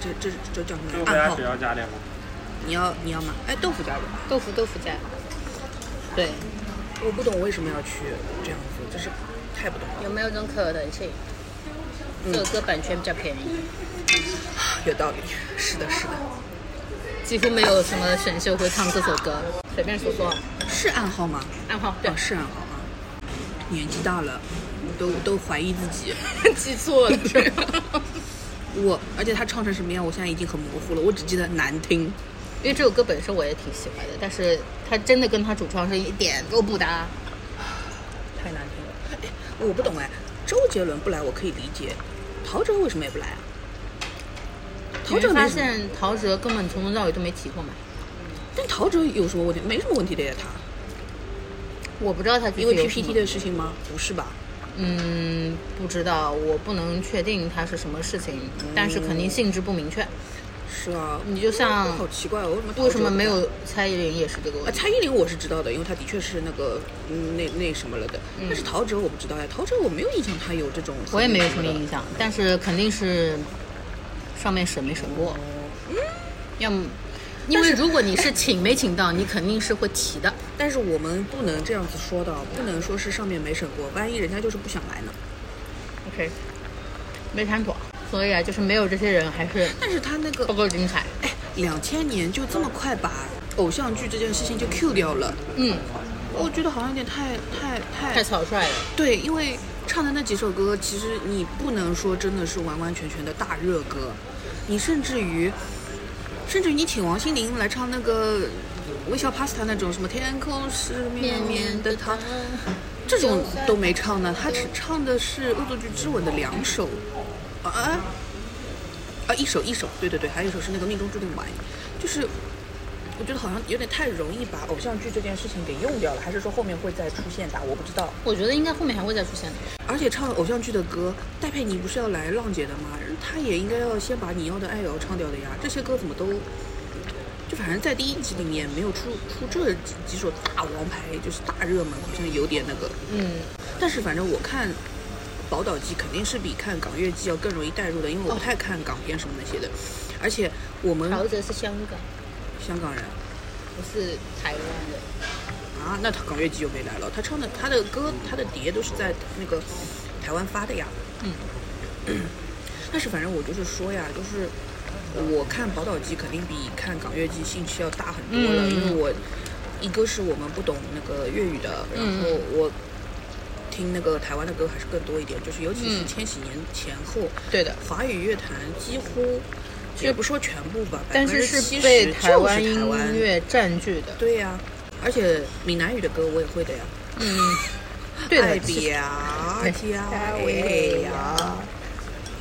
Speaker 3: 这这这叫什
Speaker 4: 豆
Speaker 3: 么
Speaker 4: 腐
Speaker 3: 暗
Speaker 4: 鸭
Speaker 3: 号
Speaker 4: 只？要加点吗？
Speaker 3: 你要你要吗？哎，豆腐家人，
Speaker 2: 豆腐豆腐在，对，
Speaker 3: 我不懂为什么要去这样子，就是太不懂了。
Speaker 2: 有没有一种可能性？这首歌版权比较便宜，
Speaker 3: 有道理，是的，是的，
Speaker 2: 几乎没有什么选秀会唱这首歌，随便说啊说。
Speaker 3: 是暗号吗？
Speaker 2: 暗号
Speaker 3: 哦，是暗号啊。年纪大了，都都怀疑自己。
Speaker 2: 对， <laughs> 记错了是吧？
Speaker 3: 我，而且他唱成什么样，我现在已经很模糊了，我只记得难听。
Speaker 2: <laughs> 因为这首歌本身我也挺喜欢的，但是它真的跟他主唱声音一点都不搭。
Speaker 3: 太难听了。哎，我不懂哎，周杰伦不来我可以理解，陶喆为什么也不来啊？陶
Speaker 2: 你
Speaker 3: 喆
Speaker 2: 会
Speaker 3: 没
Speaker 2: 发
Speaker 3: 什么，
Speaker 2: 现陶喆根本从头到尾都没提过嘛？
Speaker 3: 但陶喆有什么问题？没什么问题的呀，他
Speaker 2: 我不知道他具
Speaker 3: 因为
Speaker 2: 体有什
Speaker 3: PPT
Speaker 2: 么
Speaker 3: 的事情吗？不是吧？
Speaker 2: 嗯，不知道，我不能确定它是什么事情，但是肯定性质不明确。
Speaker 3: 是啊，
Speaker 2: 你就像
Speaker 3: 好奇怪哦，为什么陶喆
Speaker 2: 为什么没有蔡依林也是这个
Speaker 3: 啊？
Speaker 2: 问题？
Speaker 3: 蔡依林我是知道的，因为她的确是那个嗯那那什么了的，但是陶喆我不知道呀，陶喆我没有印象他有这种，
Speaker 2: 嗯我也没有什么印象，但是肯定是上面审没审过，
Speaker 3: 嗯
Speaker 2: 要么。因为如果你是请没请到，你肯定是会提的。
Speaker 3: 但是我们不能这样子说的，不能说是上面没审过，万一人家就是不想来呢？
Speaker 2: OK， OK，没谈妥，所以啊，就是没有这些人还
Speaker 3: <laughs>
Speaker 2: 是
Speaker 3: 但是他那个
Speaker 2: 不够精彩。
Speaker 3: 哎，两千年就这么快把偶像剧这件事情就 Q 掉了，
Speaker 2: 嗯，
Speaker 3: 我觉得好像有点太太
Speaker 2: 太
Speaker 3: 太
Speaker 2: 草率了。
Speaker 3: 对，因为唱的那几首歌，其实你不能说真的是完完全全的大热歌，你甚至于，甚至于你请王心凌来唱那个微笑 pasta 那种什么天空是绵绵的糖，这种都没唱呢，他只唱的是《恶作剧之吻》的两首，啊啊啊，一首一首，对对对，还有一首是那个命中注定吧，就是。我觉得好像有点太容易把偶像剧这件事情给用掉了，还是说后面会再出现的啊？我不知道。
Speaker 2: 我觉得应该后面还会再出现的。
Speaker 3: 而且唱偶像剧的歌，戴佩妮不是要来浪姐的吗？她也应该要先把你要的爱要唱掉的呀。这些歌怎么都，就反正在第一集里面没有出出这几几首大王牌，就是大热门，好像有点那个。
Speaker 2: 嗯，
Speaker 3: 但是反正我看宝岛剧肯定是比看港乐剧要更容易带入的，因为我不太看港片什么那些的。而且我们
Speaker 2: 陶喆是香港，
Speaker 3: 香港人
Speaker 2: 不是台湾的。
Speaker 3: 啊，那他港乐剧就没来了。他唱的他的歌，他的碟都是在那个台湾发的呀。
Speaker 2: 嗯，
Speaker 3: <clears throat> 但是反正我就是说呀，就是我看宝岛剧肯定比看港乐剧兴趣要大很多了，
Speaker 2: 嗯
Speaker 3: 因为我一个是我们不懂那个粤语的，然
Speaker 2: 嗯
Speaker 3: 后我听那个台湾的歌还是更多一点，就是尤其是
Speaker 2: 嗯
Speaker 3: 千禧年前后，
Speaker 2: 对的，
Speaker 3: 华语乐坛几乎也不说全部吧，
Speaker 2: 但
Speaker 3: 是
Speaker 2: 是是
Speaker 3: 七十
Speaker 2: 被
Speaker 3: 台
Speaker 2: 湾
Speaker 3: 台湾
Speaker 2: 音乐占据的。
Speaker 3: 对呀、而且闽南语的歌我也会的呀，
Speaker 2: 嗯，对的。
Speaker 3: 爱
Speaker 2: 其
Speaker 3: 比
Speaker 2: 实
Speaker 3: 啊，
Speaker 2: 哎
Speaker 3: 天
Speaker 2: 哎
Speaker 3: 哎呀。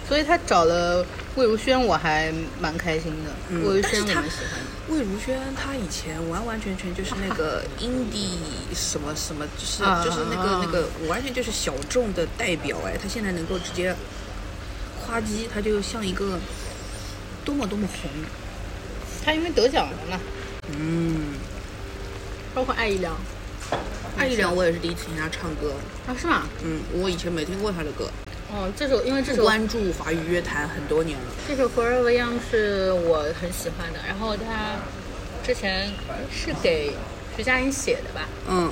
Speaker 2: 所以他找了魏如萱，我还蛮开心的。
Speaker 3: 嗯
Speaker 2: 魏如
Speaker 3: 但是
Speaker 2: 萱我
Speaker 3: 他
Speaker 2: 蛮喜欢的。
Speaker 3: 魏如萱她以前完完全全就是那
Speaker 2: <laughs>
Speaker 3: 个 indie 什么什么，就是
Speaker 2: 啊
Speaker 3: 就是那个那个完全就是小众的代表哎，她现在能够直接夸叽，她就像一个多么多么红，
Speaker 2: 他因为得奖了嘛，
Speaker 3: 嗯，
Speaker 2: 包括艾怡良
Speaker 3: 艾怡良我也是第一次听她唱歌，
Speaker 2: 啊，是吗？
Speaker 3: 嗯，我以前没听过她的歌，
Speaker 2: 哦，这首因为这首
Speaker 3: 关注华语乐坛很多年了，
Speaker 2: 这首《Forever Young》是我很喜欢的，然后他之前是给徐佳莹写的吧，
Speaker 3: 嗯，
Speaker 2: 《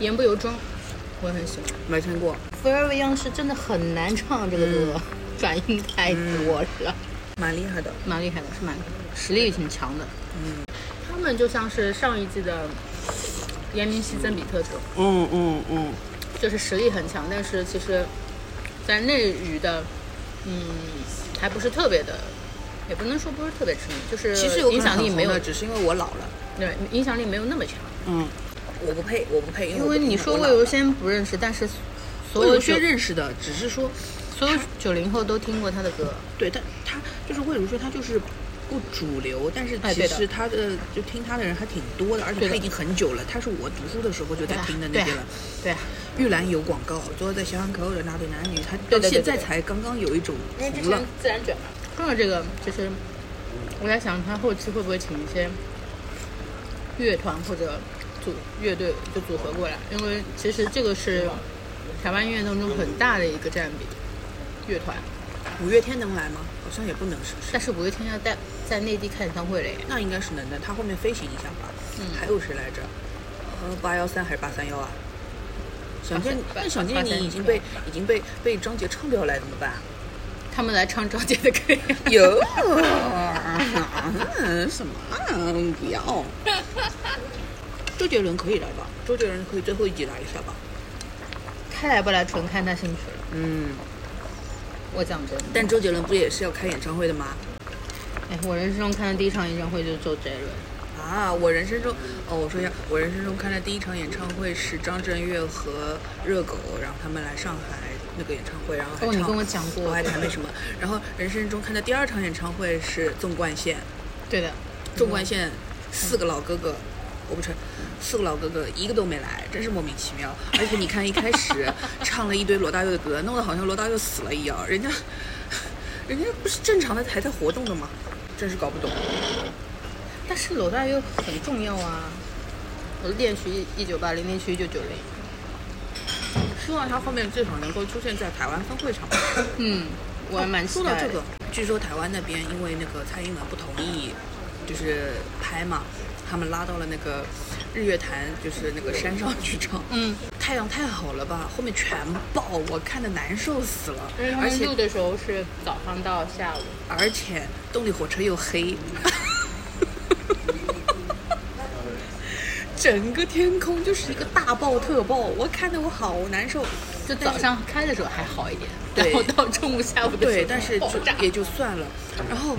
Speaker 2: 言不由衷》，我也很喜欢。
Speaker 3: 没听过，
Speaker 2: 《Forever Young》是真的很难唱这个歌，转音太多了，
Speaker 3: 蛮厉害的，
Speaker 2: 嗯蛮厉害的，是蛮厉害的实力挺强的。
Speaker 3: 嗯，
Speaker 2: 他们就像是上一季的严明熙、曾比特这种，
Speaker 3: 嗯嗯嗯，
Speaker 2: 就是实力很强，但是其实，在内娱的，嗯，还不是特别的，也不能说不是特别知名，就是
Speaker 3: 其实有可
Speaker 2: 影
Speaker 3: 能
Speaker 2: 响
Speaker 3: 很
Speaker 2: 力
Speaker 3: 红
Speaker 2: 没有
Speaker 3: 的，只是因为我老了，
Speaker 2: 对，影响力没有那么强。
Speaker 3: 嗯，我不配，我不配，因为
Speaker 2: 因
Speaker 3: 我
Speaker 2: 为
Speaker 3: 不
Speaker 2: 你
Speaker 3: 听
Speaker 2: 说
Speaker 3: 我
Speaker 2: 魏
Speaker 3: 老
Speaker 2: 如
Speaker 3: 了
Speaker 2: 萱不认识，但是所
Speaker 3: 我有
Speaker 2: 有
Speaker 3: 些
Speaker 2: 九
Speaker 3: 认识的，只是说，
Speaker 2: 所有九零后都听过她的歌，
Speaker 3: 对，但他就是魏如萱，她就是不主流，但是
Speaker 2: 哎
Speaker 3: 其
Speaker 2: 对的
Speaker 3: 实她的就听她的人还挺多的，而且
Speaker 2: 对
Speaker 3: 她
Speaker 2: 的
Speaker 3: 已经很久了，她是我读书的时候就在听的那
Speaker 2: 对
Speaker 3: 些了。
Speaker 2: 对，
Speaker 3: 玉兰有广告，最后在小巷口的那对男女，她
Speaker 2: 对的
Speaker 3: 到
Speaker 2: 对的
Speaker 3: 现在
Speaker 2: 对的
Speaker 3: 才刚刚有一种
Speaker 2: 因为之
Speaker 3: 糊了
Speaker 2: 前。自然卷嘛。说到这个，就是我在想她后期会不会请一些乐团或者组乐队就组合过来，因为其实这个是台湾音乐当中很大的一个占比。乐团，
Speaker 3: 五月天能来吗？好像也不能，是不是？
Speaker 2: 但是五月天要在在内地开演唱会嘞，
Speaker 3: 那应该是能的，她后面飞行一下吧。
Speaker 2: 嗯
Speaker 3: 还有谁来着？呃，八幺三还是八三幺啊？想见，
Speaker 2: 八
Speaker 3: 但想见
Speaker 2: 八
Speaker 3: 你
Speaker 2: 三
Speaker 3: 已经被已经被被张杰唱掉了，怎么
Speaker 2: <laughs>
Speaker 3: 办？
Speaker 2: 他们来唱张杰的歌。
Speaker 3: 有，什么啊？不要。 <laughs> 周杰伦可以来吧？周杰伦可以最后一集来一下吧？
Speaker 2: 他来不来纯 <laughs> 看他兴趣了。
Speaker 3: 嗯，
Speaker 2: 我讲真的，
Speaker 3: 但周杰伦不也是要开演唱会的吗？
Speaker 2: 哎，我人生中看的第一场演唱会就是周杰伦。
Speaker 3: 啊，我人生中，哦，我说一下，我人生中看的第一场演唱会是张震岳和热狗，然后他们来上海那个演唱会，然后还唱，
Speaker 2: 哦你跟我讲过
Speaker 3: 我还谈那
Speaker 2: 对
Speaker 3: 什么。然后人生中看的第二场演唱会是纵贯线，
Speaker 2: 对的，
Speaker 3: 纵贯线四个老哥哥，我不承四个老哥哥一个都没来，真是莫名其妙。而且你看一开始唱了一堆罗大佑的歌，弄得好像罗大佑死了一样，人家人家不是正常的还在活动的吗？真是搞不懂。
Speaker 2: 但是罗大佑很重要啊。我练曲一九八零，练曲一九九零。
Speaker 3: 希望他后面最好能够出现在台湾分会上。
Speaker 2: 嗯，我还 <coughs> 蛮期
Speaker 3: 说
Speaker 2: 待
Speaker 3: 到
Speaker 2: 的。
Speaker 3: 这个，据说台湾那边因为那个蔡英文不同意，就是拍嘛，他们拉到了那个日月潭，就是那个山上去唱。
Speaker 2: 嗯，
Speaker 3: 太太阳太好了吧，后面全爆，我看的难受死了。
Speaker 2: 因
Speaker 3: 而
Speaker 2: 为
Speaker 3: 且
Speaker 2: 录的时候是早上到下午，
Speaker 3: 而且动力火车
Speaker 2: <laughs>
Speaker 3: 又黑，整个天空就是一个大爆特爆，我看得我好难受。
Speaker 2: 就早上开的时候还好一点，
Speaker 3: 对
Speaker 2: 然后到中午下午的时候
Speaker 3: 对，但是就
Speaker 2: 爆炸
Speaker 3: 也就算了。然后，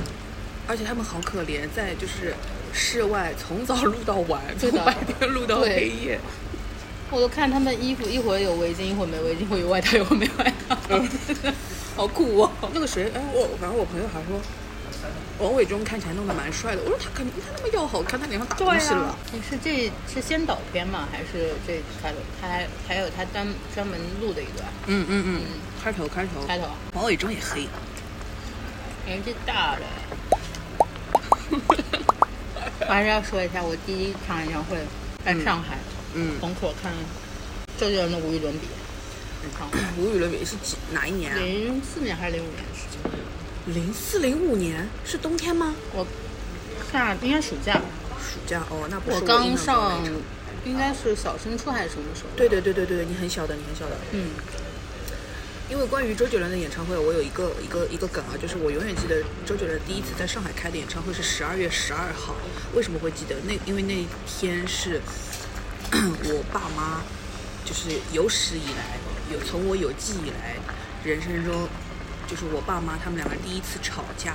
Speaker 3: 而且他们好可怜，在就是室外从早录到晚，从
Speaker 2: 对的
Speaker 3: 白天录到
Speaker 2: 对
Speaker 3: 黑夜。
Speaker 2: 我都看他们衣服，一会儿有围巾，一会儿没围巾，一会儿有外套，一会儿没外 <laughs> 套，好酷哦！
Speaker 3: 那个谁，哎，我反正我朋友还说，王伟忠看起来弄得蛮帅的。我说他肯定他那么要好看，他脸上打东西了。啊
Speaker 2: 你是这是先导片吗？还是这开头？他还还有他专专门录的一段
Speaker 3: 嗯嗯嗯，开头开头，
Speaker 2: 开头，
Speaker 3: 王伟忠也黑。
Speaker 2: 年纪大了。我还是要说一下，我第一场演唱会在上海，
Speaker 3: 嗯，
Speaker 2: 门口看周杰伦的《无与伦比》演唱会，
Speaker 3: 无与伦比是几哪一年啊？
Speaker 2: 零四年还是零五年的事情？
Speaker 3: 零四零五年是冬天吗？
Speaker 2: 我夏应该暑假，
Speaker 3: 暑假哦，那不是
Speaker 2: 我
Speaker 3: 我
Speaker 2: 刚
Speaker 3: 印象中的
Speaker 2: 上
Speaker 3: 那场。，
Speaker 2: 应该是小升初还是什么时候？
Speaker 3: 对对对对对对，你很小的，你很小的。
Speaker 2: 嗯，
Speaker 3: 因为关于周杰伦的演唱会，我有一个一个一个梗啊，就是我永远记得周杰伦第一次在上海开的演唱会是十二月十二号。为什么会记得？那因为那天是 <clears throat> 我爸妈，就是有史以来，有从我有记以来，人生中，就是我爸妈他们两个第一次吵架。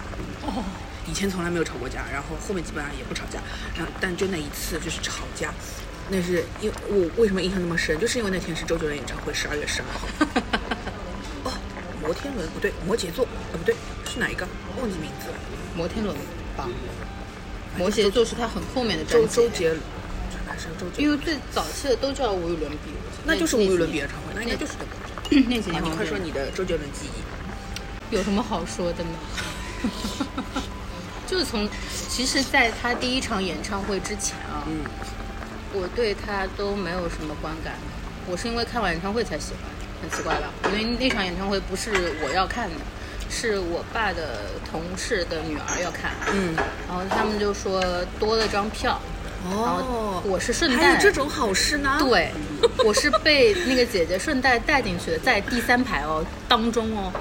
Speaker 3: 以前从来没有吵过架，然后后面基本上也不吵架，然后但就那一次就是吵架，那是因为我为什么印象那么深，就是因为那天是周杰伦演唱会，十二月十二号。 <laughs> 哦，摩天轮不对，摩羯座啊不对，是哪一个？忘记名字了。
Speaker 2: 摩天轮吧。摩羯座是他很后面的
Speaker 3: 周
Speaker 2: 专
Speaker 3: 周
Speaker 2: 辑，
Speaker 3: 杰，还是周杰？
Speaker 2: 因为最早期的都叫无与伦比，
Speaker 3: 那就是无与伦比演唱会，那
Speaker 2: 那
Speaker 3: 应该就是这个。啊
Speaker 2: 那那几年
Speaker 3: 你
Speaker 2: 好像
Speaker 3: 快
Speaker 2: 是
Speaker 3: 说你的周杰伦记忆。
Speaker 2: 有什么好说的呢？ <laughs> 就是从，其实，在他第一场演唱会之前啊，
Speaker 3: 嗯，
Speaker 2: 我对他都没有什么观感，我是因为看完演唱会才喜欢，很奇怪吧？因为那场演唱会不是我要看的，是我爸的同事的女儿要看，
Speaker 3: 嗯，
Speaker 2: 然后他们就说多了张票，然后
Speaker 3: 哦，
Speaker 2: 我是顺
Speaker 3: 还
Speaker 2: 带
Speaker 3: 有这种好事呢？，
Speaker 2: 对，我是被那个姐姐顺带带进去的，在第三排哦，当中哦，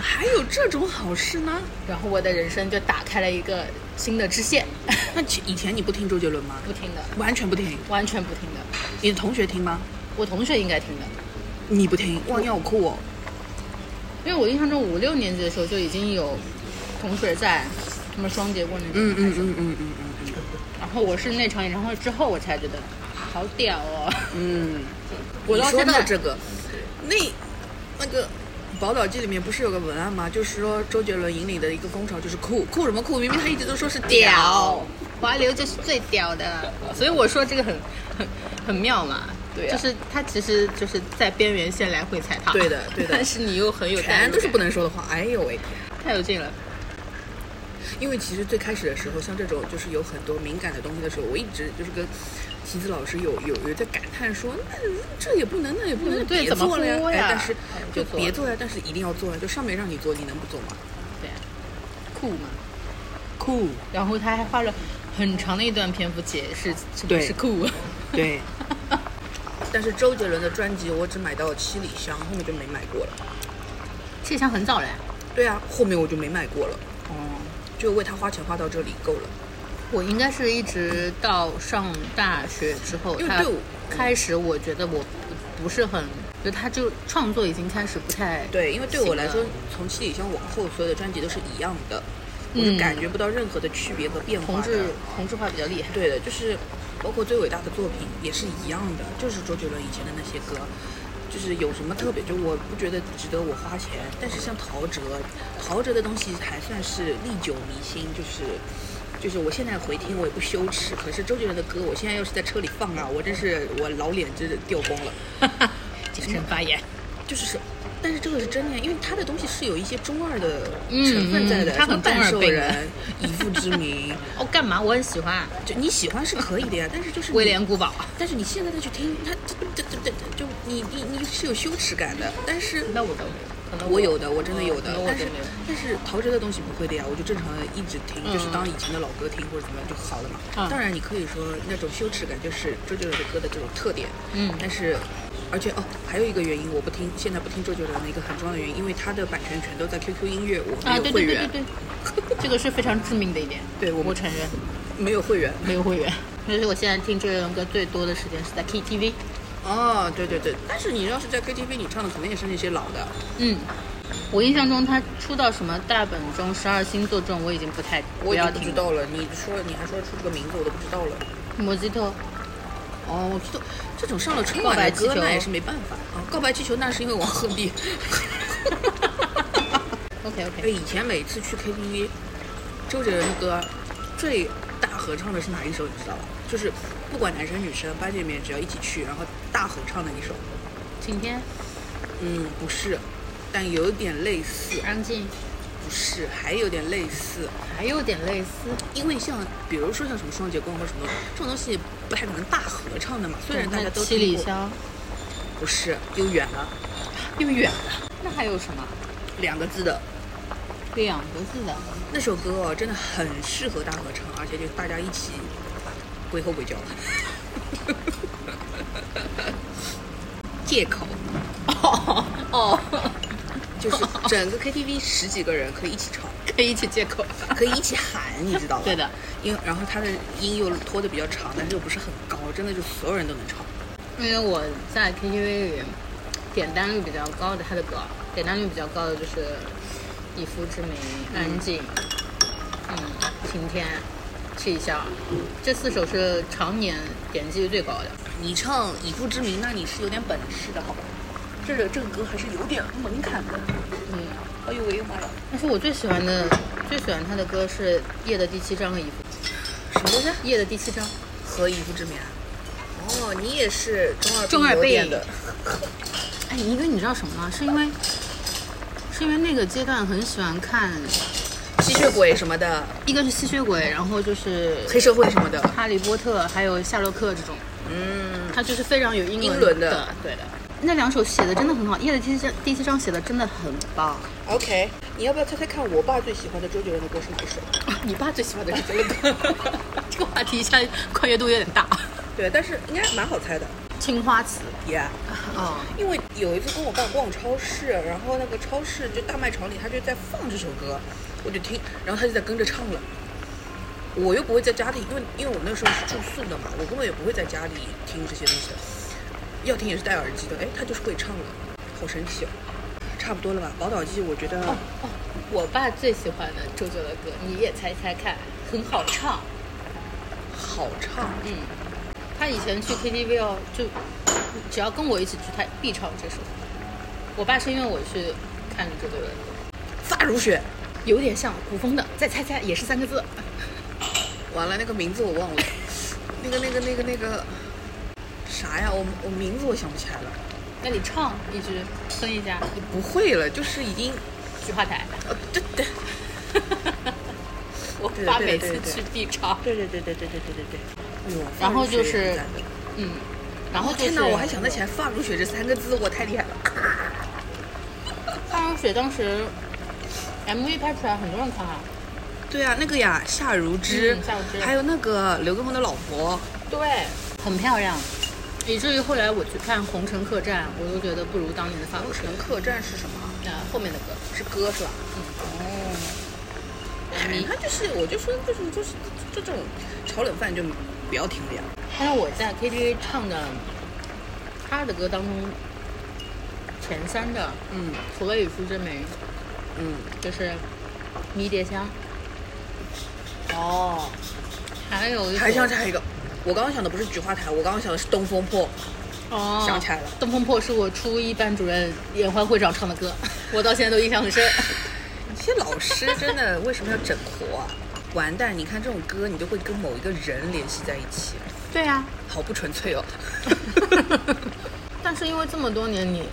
Speaker 3: 还有这种好事呢？ <laughs>
Speaker 2: 然后我的人生就打开了一个新的支线， <laughs>
Speaker 3: 那其以前你不听周杰伦吗？
Speaker 2: 不听的，
Speaker 3: 完全不听。
Speaker 2: 完全不听的。
Speaker 3: 你的同学听吗？
Speaker 2: 我同学应该听的，
Speaker 3: 你不听，哇，你好酷哦！
Speaker 2: 因为我印象中五六年级的时候就已经有同学在什么双节棍那种，
Speaker 3: 嗯嗯嗯嗯嗯嗯
Speaker 2: 然后我是那场演唱会之后我才觉得好屌哦，
Speaker 3: 嗯。
Speaker 2: 我
Speaker 3: 你
Speaker 2: 到
Speaker 3: 说
Speaker 2: 现
Speaker 3: 到
Speaker 2: 在
Speaker 3: 这个，那那个宝岛记里面不是有个文案吗？就是说周杰伦引领的一个风潮就是酷酷什么酷，明明他一直都说是
Speaker 2: <laughs>
Speaker 3: 屌
Speaker 2: 屌，，华流就是最屌的，所以我说这个很很很妙嘛。
Speaker 3: 对
Speaker 2: 就
Speaker 3: 啊
Speaker 2: 是他其实就是在边缘线来回踩踏，
Speaker 3: 对的对的
Speaker 2: <laughs> 但是你又很有代
Speaker 3: 全
Speaker 2: 入
Speaker 3: 都是
Speaker 2: 感
Speaker 3: 不能说的话。哎呦喂！
Speaker 2: 太有劲了，
Speaker 3: 因为其实最开始的时候，像这种就是有很多敏感的东西的时候，我一直就是跟提子老师有有有在感叹说，那这也不能，那也不能，那
Speaker 2: 对
Speaker 3: 别
Speaker 2: 怎么
Speaker 3: 做了
Speaker 2: 说
Speaker 3: 呀！
Speaker 2: 呀
Speaker 3: 哎，但是就
Speaker 2: 不做
Speaker 3: 别做呀，但是一定要做呀，就上面让你做，你能不做吗？
Speaker 2: 对啊，酷嘛。
Speaker 3: 酷，
Speaker 2: 然后他还花了很长的一段篇幅解释什么
Speaker 3: 对
Speaker 2: 是酷，
Speaker 3: <laughs> 对。但是周杰伦的专辑我只买到了七里香，后面就没买过了。
Speaker 2: 这项很早嘞。
Speaker 3: 对啊，后面我就没买过了，
Speaker 2: 哦，
Speaker 3: 就为他花钱花到这里够了。
Speaker 2: 我应该是一直到上大学之后，
Speaker 3: 因为
Speaker 2: 他
Speaker 3: 对我
Speaker 2: 开始我觉得我不不是很，就他就创作已经开始不太
Speaker 3: 对，因为对我来说
Speaker 2: 行了，
Speaker 3: 从七里香往后所有的专辑都是一样的，我是
Speaker 2: 嗯
Speaker 3: 感觉不到任何的区别和变化
Speaker 2: 同
Speaker 3: 的。
Speaker 2: 质同质化比较厉害。 <laughs>
Speaker 3: 对的，就是包括最伟大的作品也是一样的，就是周杰伦以前的那些歌，就是有什么特别，就我不觉得值得我花钱。但是像陶喆，陶喆的东西还算是历久弥新，就是。就是我现在回听我也不羞耻，可是周杰伦的歌我现在要是在车里放啊，我真是我老脸真是掉光了。 <laughs>
Speaker 2: 谨慎发言，
Speaker 3: 就是是，但是这个是真的呀，因为他的东西是有一些中二的
Speaker 2: 嗯
Speaker 3: 成分在的，
Speaker 2: 嗯
Speaker 3: 什
Speaker 2: 他
Speaker 3: 么
Speaker 2: 很中
Speaker 3: 半
Speaker 2: 二
Speaker 3: 兽
Speaker 2: 病
Speaker 3: 人、以父之名，
Speaker 2: 哦，干嘛？我很喜欢
Speaker 3: 就你喜欢是可以的呀，但是就是
Speaker 2: <laughs>
Speaker 3: 你
Speaker 2: 威廉古堡。
Speaker 3: 但是你现在再去听他，这这这这这就你你你是有羞耻感的，但是
Speaker 2: 那我都没有，可能
Speaker 3: 我有的，我真的有
Speaker 2: 可
Speaker 3: 的
Speaker 2: 能，我
Speaker 3: 但是
Speaker 2: 真没有。
Speaker 3: 但是陶喆的东西不会的呀，我就正常的一直听，
Speaker 2: 嗯
Speaker 3: 就是当以前的老歌听或者怎么样就好了嘛。
Speaker 2: 嗯
Speaker 3: 当然你可以说那种羞耻感就是周杰伦的歌的这种特点，
Speaker 2: 嗯
Speaker 3: 但是而且哦，还有一个原因，我不听，现在不听周杰伦的一个很重要的原因，因为他的版权全都在 QQ 音乐，我
Speaker 2: 啊，
Speaker 3: 没
Speaker 2: 对
Speaker 3: 有会
Speaker 2: 对对
Speaker 3: 员，
Speaker 2: 对对， <laughs> 这个是非常致命的一点。
Speaker 3: 对我
Speaker 2: 我承认
Speaker 3: 没有会员。
Speaker 2: 没有会员，但是我现在听周杰伦歌最多的时间是在 KTV。
Speaker 3: 哦，对对对，但是你要是在 KTV 你唱的，可能也是那些老的。
Speaker 2: 嗯，我印象中他出到什么大本钟、十二星座这种，我已经不太
Speaker 3: 我已
Speaker 2: 要
Speaker 3: 经不知
Speaker 2: 听。
Speaker 3: 道了，你说你还说出这个名字，我都不知道了。
Speaker 2: 摩吉特，
Speaker 3: 哦，我知道这种上了春
Speaker 2: 告白
Speaker 3: 晚的
Speaker 2: 气
Speaker 3: 歌
Speaker 2: 球
Speaker 3: 那也是没办法啊。告白气球那是因为王鹤棣。
Speaker 2: OK
Speaker 3: <laughs> 哎，
Speaker 2: OK，
Speaker 3: 以前每次去 KTV，周杰伦的歌最大合唱的是哪一首？你知道吧？就是不管男生女生，班级里面只要一起去，然后大合唱的一首。
Speaker 2: 晴天，
Speaker 3: 嗯，不是，但有点类似，
Speaker 2: 安静，
Speaker 3: 不是，还有点类似。
Speaker 2: 还有点类似。
Speaker 3: 因为像比如说像什么双截棍或什么这种东西，不太可能大合唱的嘛。虽然大家都
Speaker 2: 七
Speaker 3: 听
Speaker 2: 里
Speaker 3: 过，
Speaker 2: 香，
Speaker 3: 不是又远了
Speaker 2: 又远了。那还有什么？
Speaker 3: 两个字的
Speaker 2: 两个字
Speaker 3: <laughs>
Speaker 2: 的，
Speaker 3: 那首歌哦，真的很适合大合唱，而且就大家一起鬼吼鬼叫。 <laughs> 借口
Speaker 2: 哦哦，
Speaker 3: 就是
Speaker 2: <laughs>
Speaker 3: 整个 KTV 十几个人可以一起唱，
Speaker 2: 可以一起借口。
Speaker 3: 可以一起喊，你知道吧？
Speaker 2: 对的，
Speaker 3: 因为然后它的音又拖得比较长，但是又不是很高，真的就所有人都能唱。
Speaker 2: 因为我在 KTV 里点单率比较高的他的歌，点单率比较高的就是《以夫之名》《安静》嗯《晴天》《气象》，这四首是常年点击率最高的。
Speaker 3: 你唱《以父之名》，那你是有点本事的，好吧？这个这个歌还是有点门槛的。
Speaker 2: 嗯，
Speaker 3: 哎呦喂妈呀！
Speaker 2: 但是我最喜欢的最喜欢他的歌是《夜的第七章》和《以夫
Speaker 3: 什么东西？》。
Speaker 2: 《夜的第七章》
Speaker 3: 和《以父之名》啊？哦，你也是中二
Speaker 2: 中二
Speaker 3: 病
Speaker 2: 病
Speaker 3: 有点的。
Speaker 2: 哎，因为你知道什么吗？是因为是因为那个阶段很喜欢看，
Speaker 3: 吸血鬼什么的，
Speaker 2: 一个是吸血鬼，然后就是
Speaker 3: 黑社会什么的。
Speaker 2: 哈利波特，还有夏洛克这种，
Speaker 3: 嗯，
Speaker 2: 他就是非常有英
Speaker 3: 英
Speaker 2: 伦
Speaker 3: 伦的
Speaker 2: 对的。那两首写的真的很好，《夜的第七章》第七章写的真的很棒。
Speaker 3: OK，你要不要猜猜看，我爸最喜欢的周杰伦的歌是哪首？
Speaker 2: <laughs> 你爸最喜欢的是这个歌， <laughs> 这个话题一下跨越度有点大。
Speaker 3: 对，但是应该蛮好猜的。
Speaker 2: 青花瓷
Speaker 3: Yeah，
Speaker 2: 哦，
Speaker 3: 因为有一次跟我爸逛超市，然后那个超市就大卖场里，他就在放这首歌，我就听，然后他就在跟着唱了。我又不会在家里，因为因为我那时候是住宿的嘛，我根本也不会在家里听这些东西，要听也是戴耳机的。哎，他就是会唱了，好神奇哦！差不多了吧？宝岛记，我觉得、
Speaker 2: 我爸最喜欢的周杰伦的歌，你也猜猜看，很好唱。
Speaker 3: 好唱，
Speaker 2: 嗯，他以前去 KTV 哦，就只要跟我一起去，他必唱这首。我爸是因为我去看周杰伦，
Speaker 3: 发如雪。
Speaker 2: 有点像古风的，再猜猜也是三个字。
Speaker 3: 完了，那个名字我忘了，那个那个那个那个啥呀？我我名字我想不起来了，
Speaker 2: 那你唱一句，哼一下，
Speaker 3: 不会了，就是已经
Speaker 2: 菊花台。 <laughs>
Speaker 3: 呃，对对
Speaker 2: 我
Speaker 3: 对
Speaker 2: 爸
Speaker 3: 对
Speaker 2: 每次
Speaker 3: 对
Speaker 2: 去必唱。
Speaker 3: 对对对对对对对对对。哎呦，
Speaker 2: 然后
Speaker 3: 发如
Speaker 2: 就
Speaker 3: 雪
Speaker 2: 是
Speaker 3: 也赞的
Speaker 2: 嗯，然后就是
Speaker 3: 哦天哪，我还想得起来“发如雪”这三个字，我太厉害了。
Speaker 2: 花如雪当时 MV 拍出来，很多人看啊。
Speaker 3: 对啊，那个呀，夏如芝，
Speaker 2: 嗯夏如芝
Speaker 3: 还有那个刘畊宏的老婆，
Speaker 2: 对，很漂亮。以至于后来我去看《红尘客栈》，我都觉得不如当年的发如雪。
Speaker 3: 客栈是什么？
Speaker 2: 那后面的歌，
Speaker 3: 是歌是吧？
Speaker 2: 嗯哦 MV
Speaker 3: 哎，他就是，我就说，就是就是这种炒冷饭就不要听了呀。
Speaker 2: 但是我在 KTV 唱的他的歌当中，前三的
Speaker 3: 嗯
Speaker 2: 除了《雨馥之名
Speaker 3: 嗯，》，
Speaker 2: 就是《迷迭香
Speaker 3: 哦，》，
Speaker 2: 还有一首
Speaker 3: 还想起来一个，我刚刚想的不是菊花台，我刚刚想的是东风破。
Speaker 2: 哦，
Speaker 3: 想起来了
Speaker 2: 《东风破》是我初一班主任演欢会长唱的歌， <laughs> 我到现在都印象很深。
Speaker 3: 你这些老师真的为什么要整活啊？ <laughs> 完蛋！你看这种歌，你都会跟某一个人联系在一起，
Speaker 2: <laughs> 对呀、
Speaker 3: 好不纯粹哦。
Speaker 2: 但是因为这么多年你，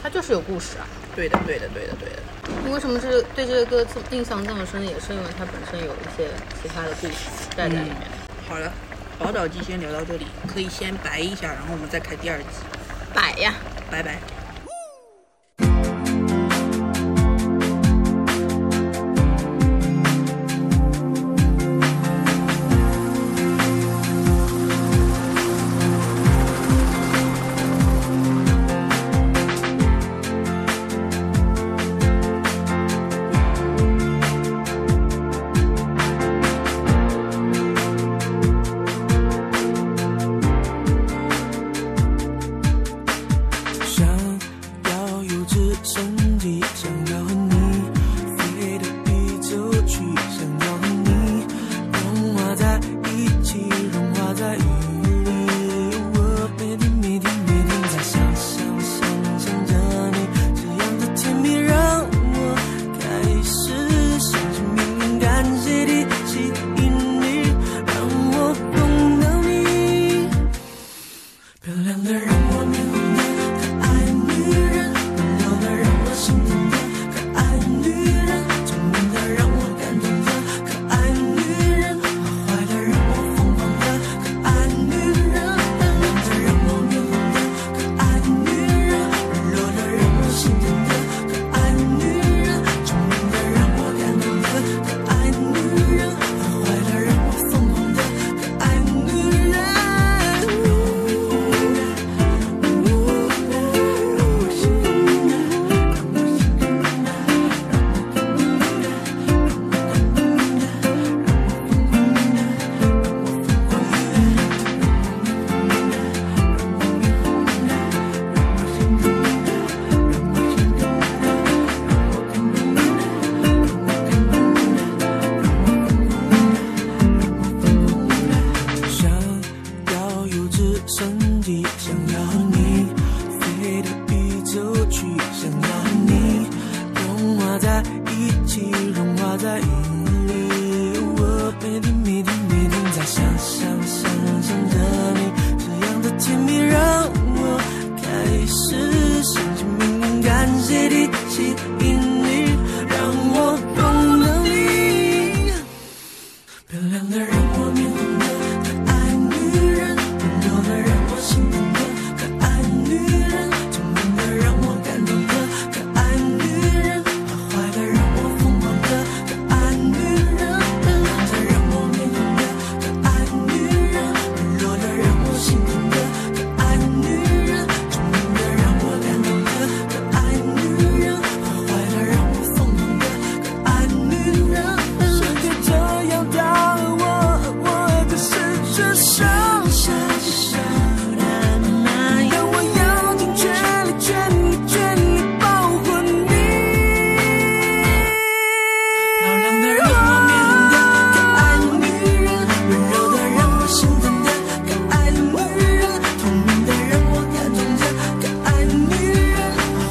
Speaker 2: 它就是有故事啊。
Speaker 3: 对的，对的，对的，对的。
Speaker 2: 你为什么是对这个歌这么印象这么深？也是因为它本身有一些其他的故事带在里面。
Speaker 3: 好了，宝岛鸡先聊到这里，可以先白一下，然后我们再开第二集。
Speaker 2: 摆呀，
Speaker 3: 拜拜。
Speaker 1: Thank 会实现，请命运感谢地心引力，让我懂得你。漂亮的让我面红的可爱女人，温柔的让我心动的可爱女人，聪明的让我感动的可爱女人，坏坏的让我疯狂的可爱女人，漂亮的让我面红的可爱女人，温柔的让我心动的可爱女人，聪明的让我感动的可爱女人，坏坏的让我疯狂的可爱女人。世界这样的我，我的失去受伤。但我要尽全力，全力，全力保护你。漂亮的让我面红的可爱女人，温柔的让我心疼的可爱女人，聪明的让我感动的可爱女人，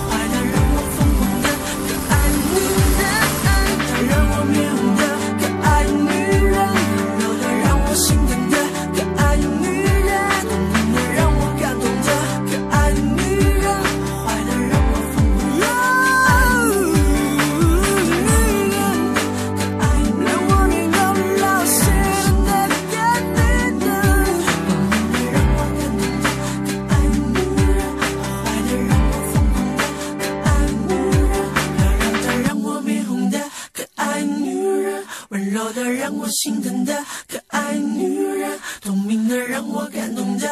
Speaker 1: 坏坏的让我疯狂的可爱女人，让我面红的可爱女人，温柔的让我心疼的可爱女人，聪明的让我感动的可爱女人，坏坏的让我疯狂的可爱女人。让我能够老实的感觉到，让我感动的可爱女人，坏的让我疯狂的可爱女人，漂亮的让我面红的可爱女人，温柔的让我心疼的可爱女人，聪明的让我感动的。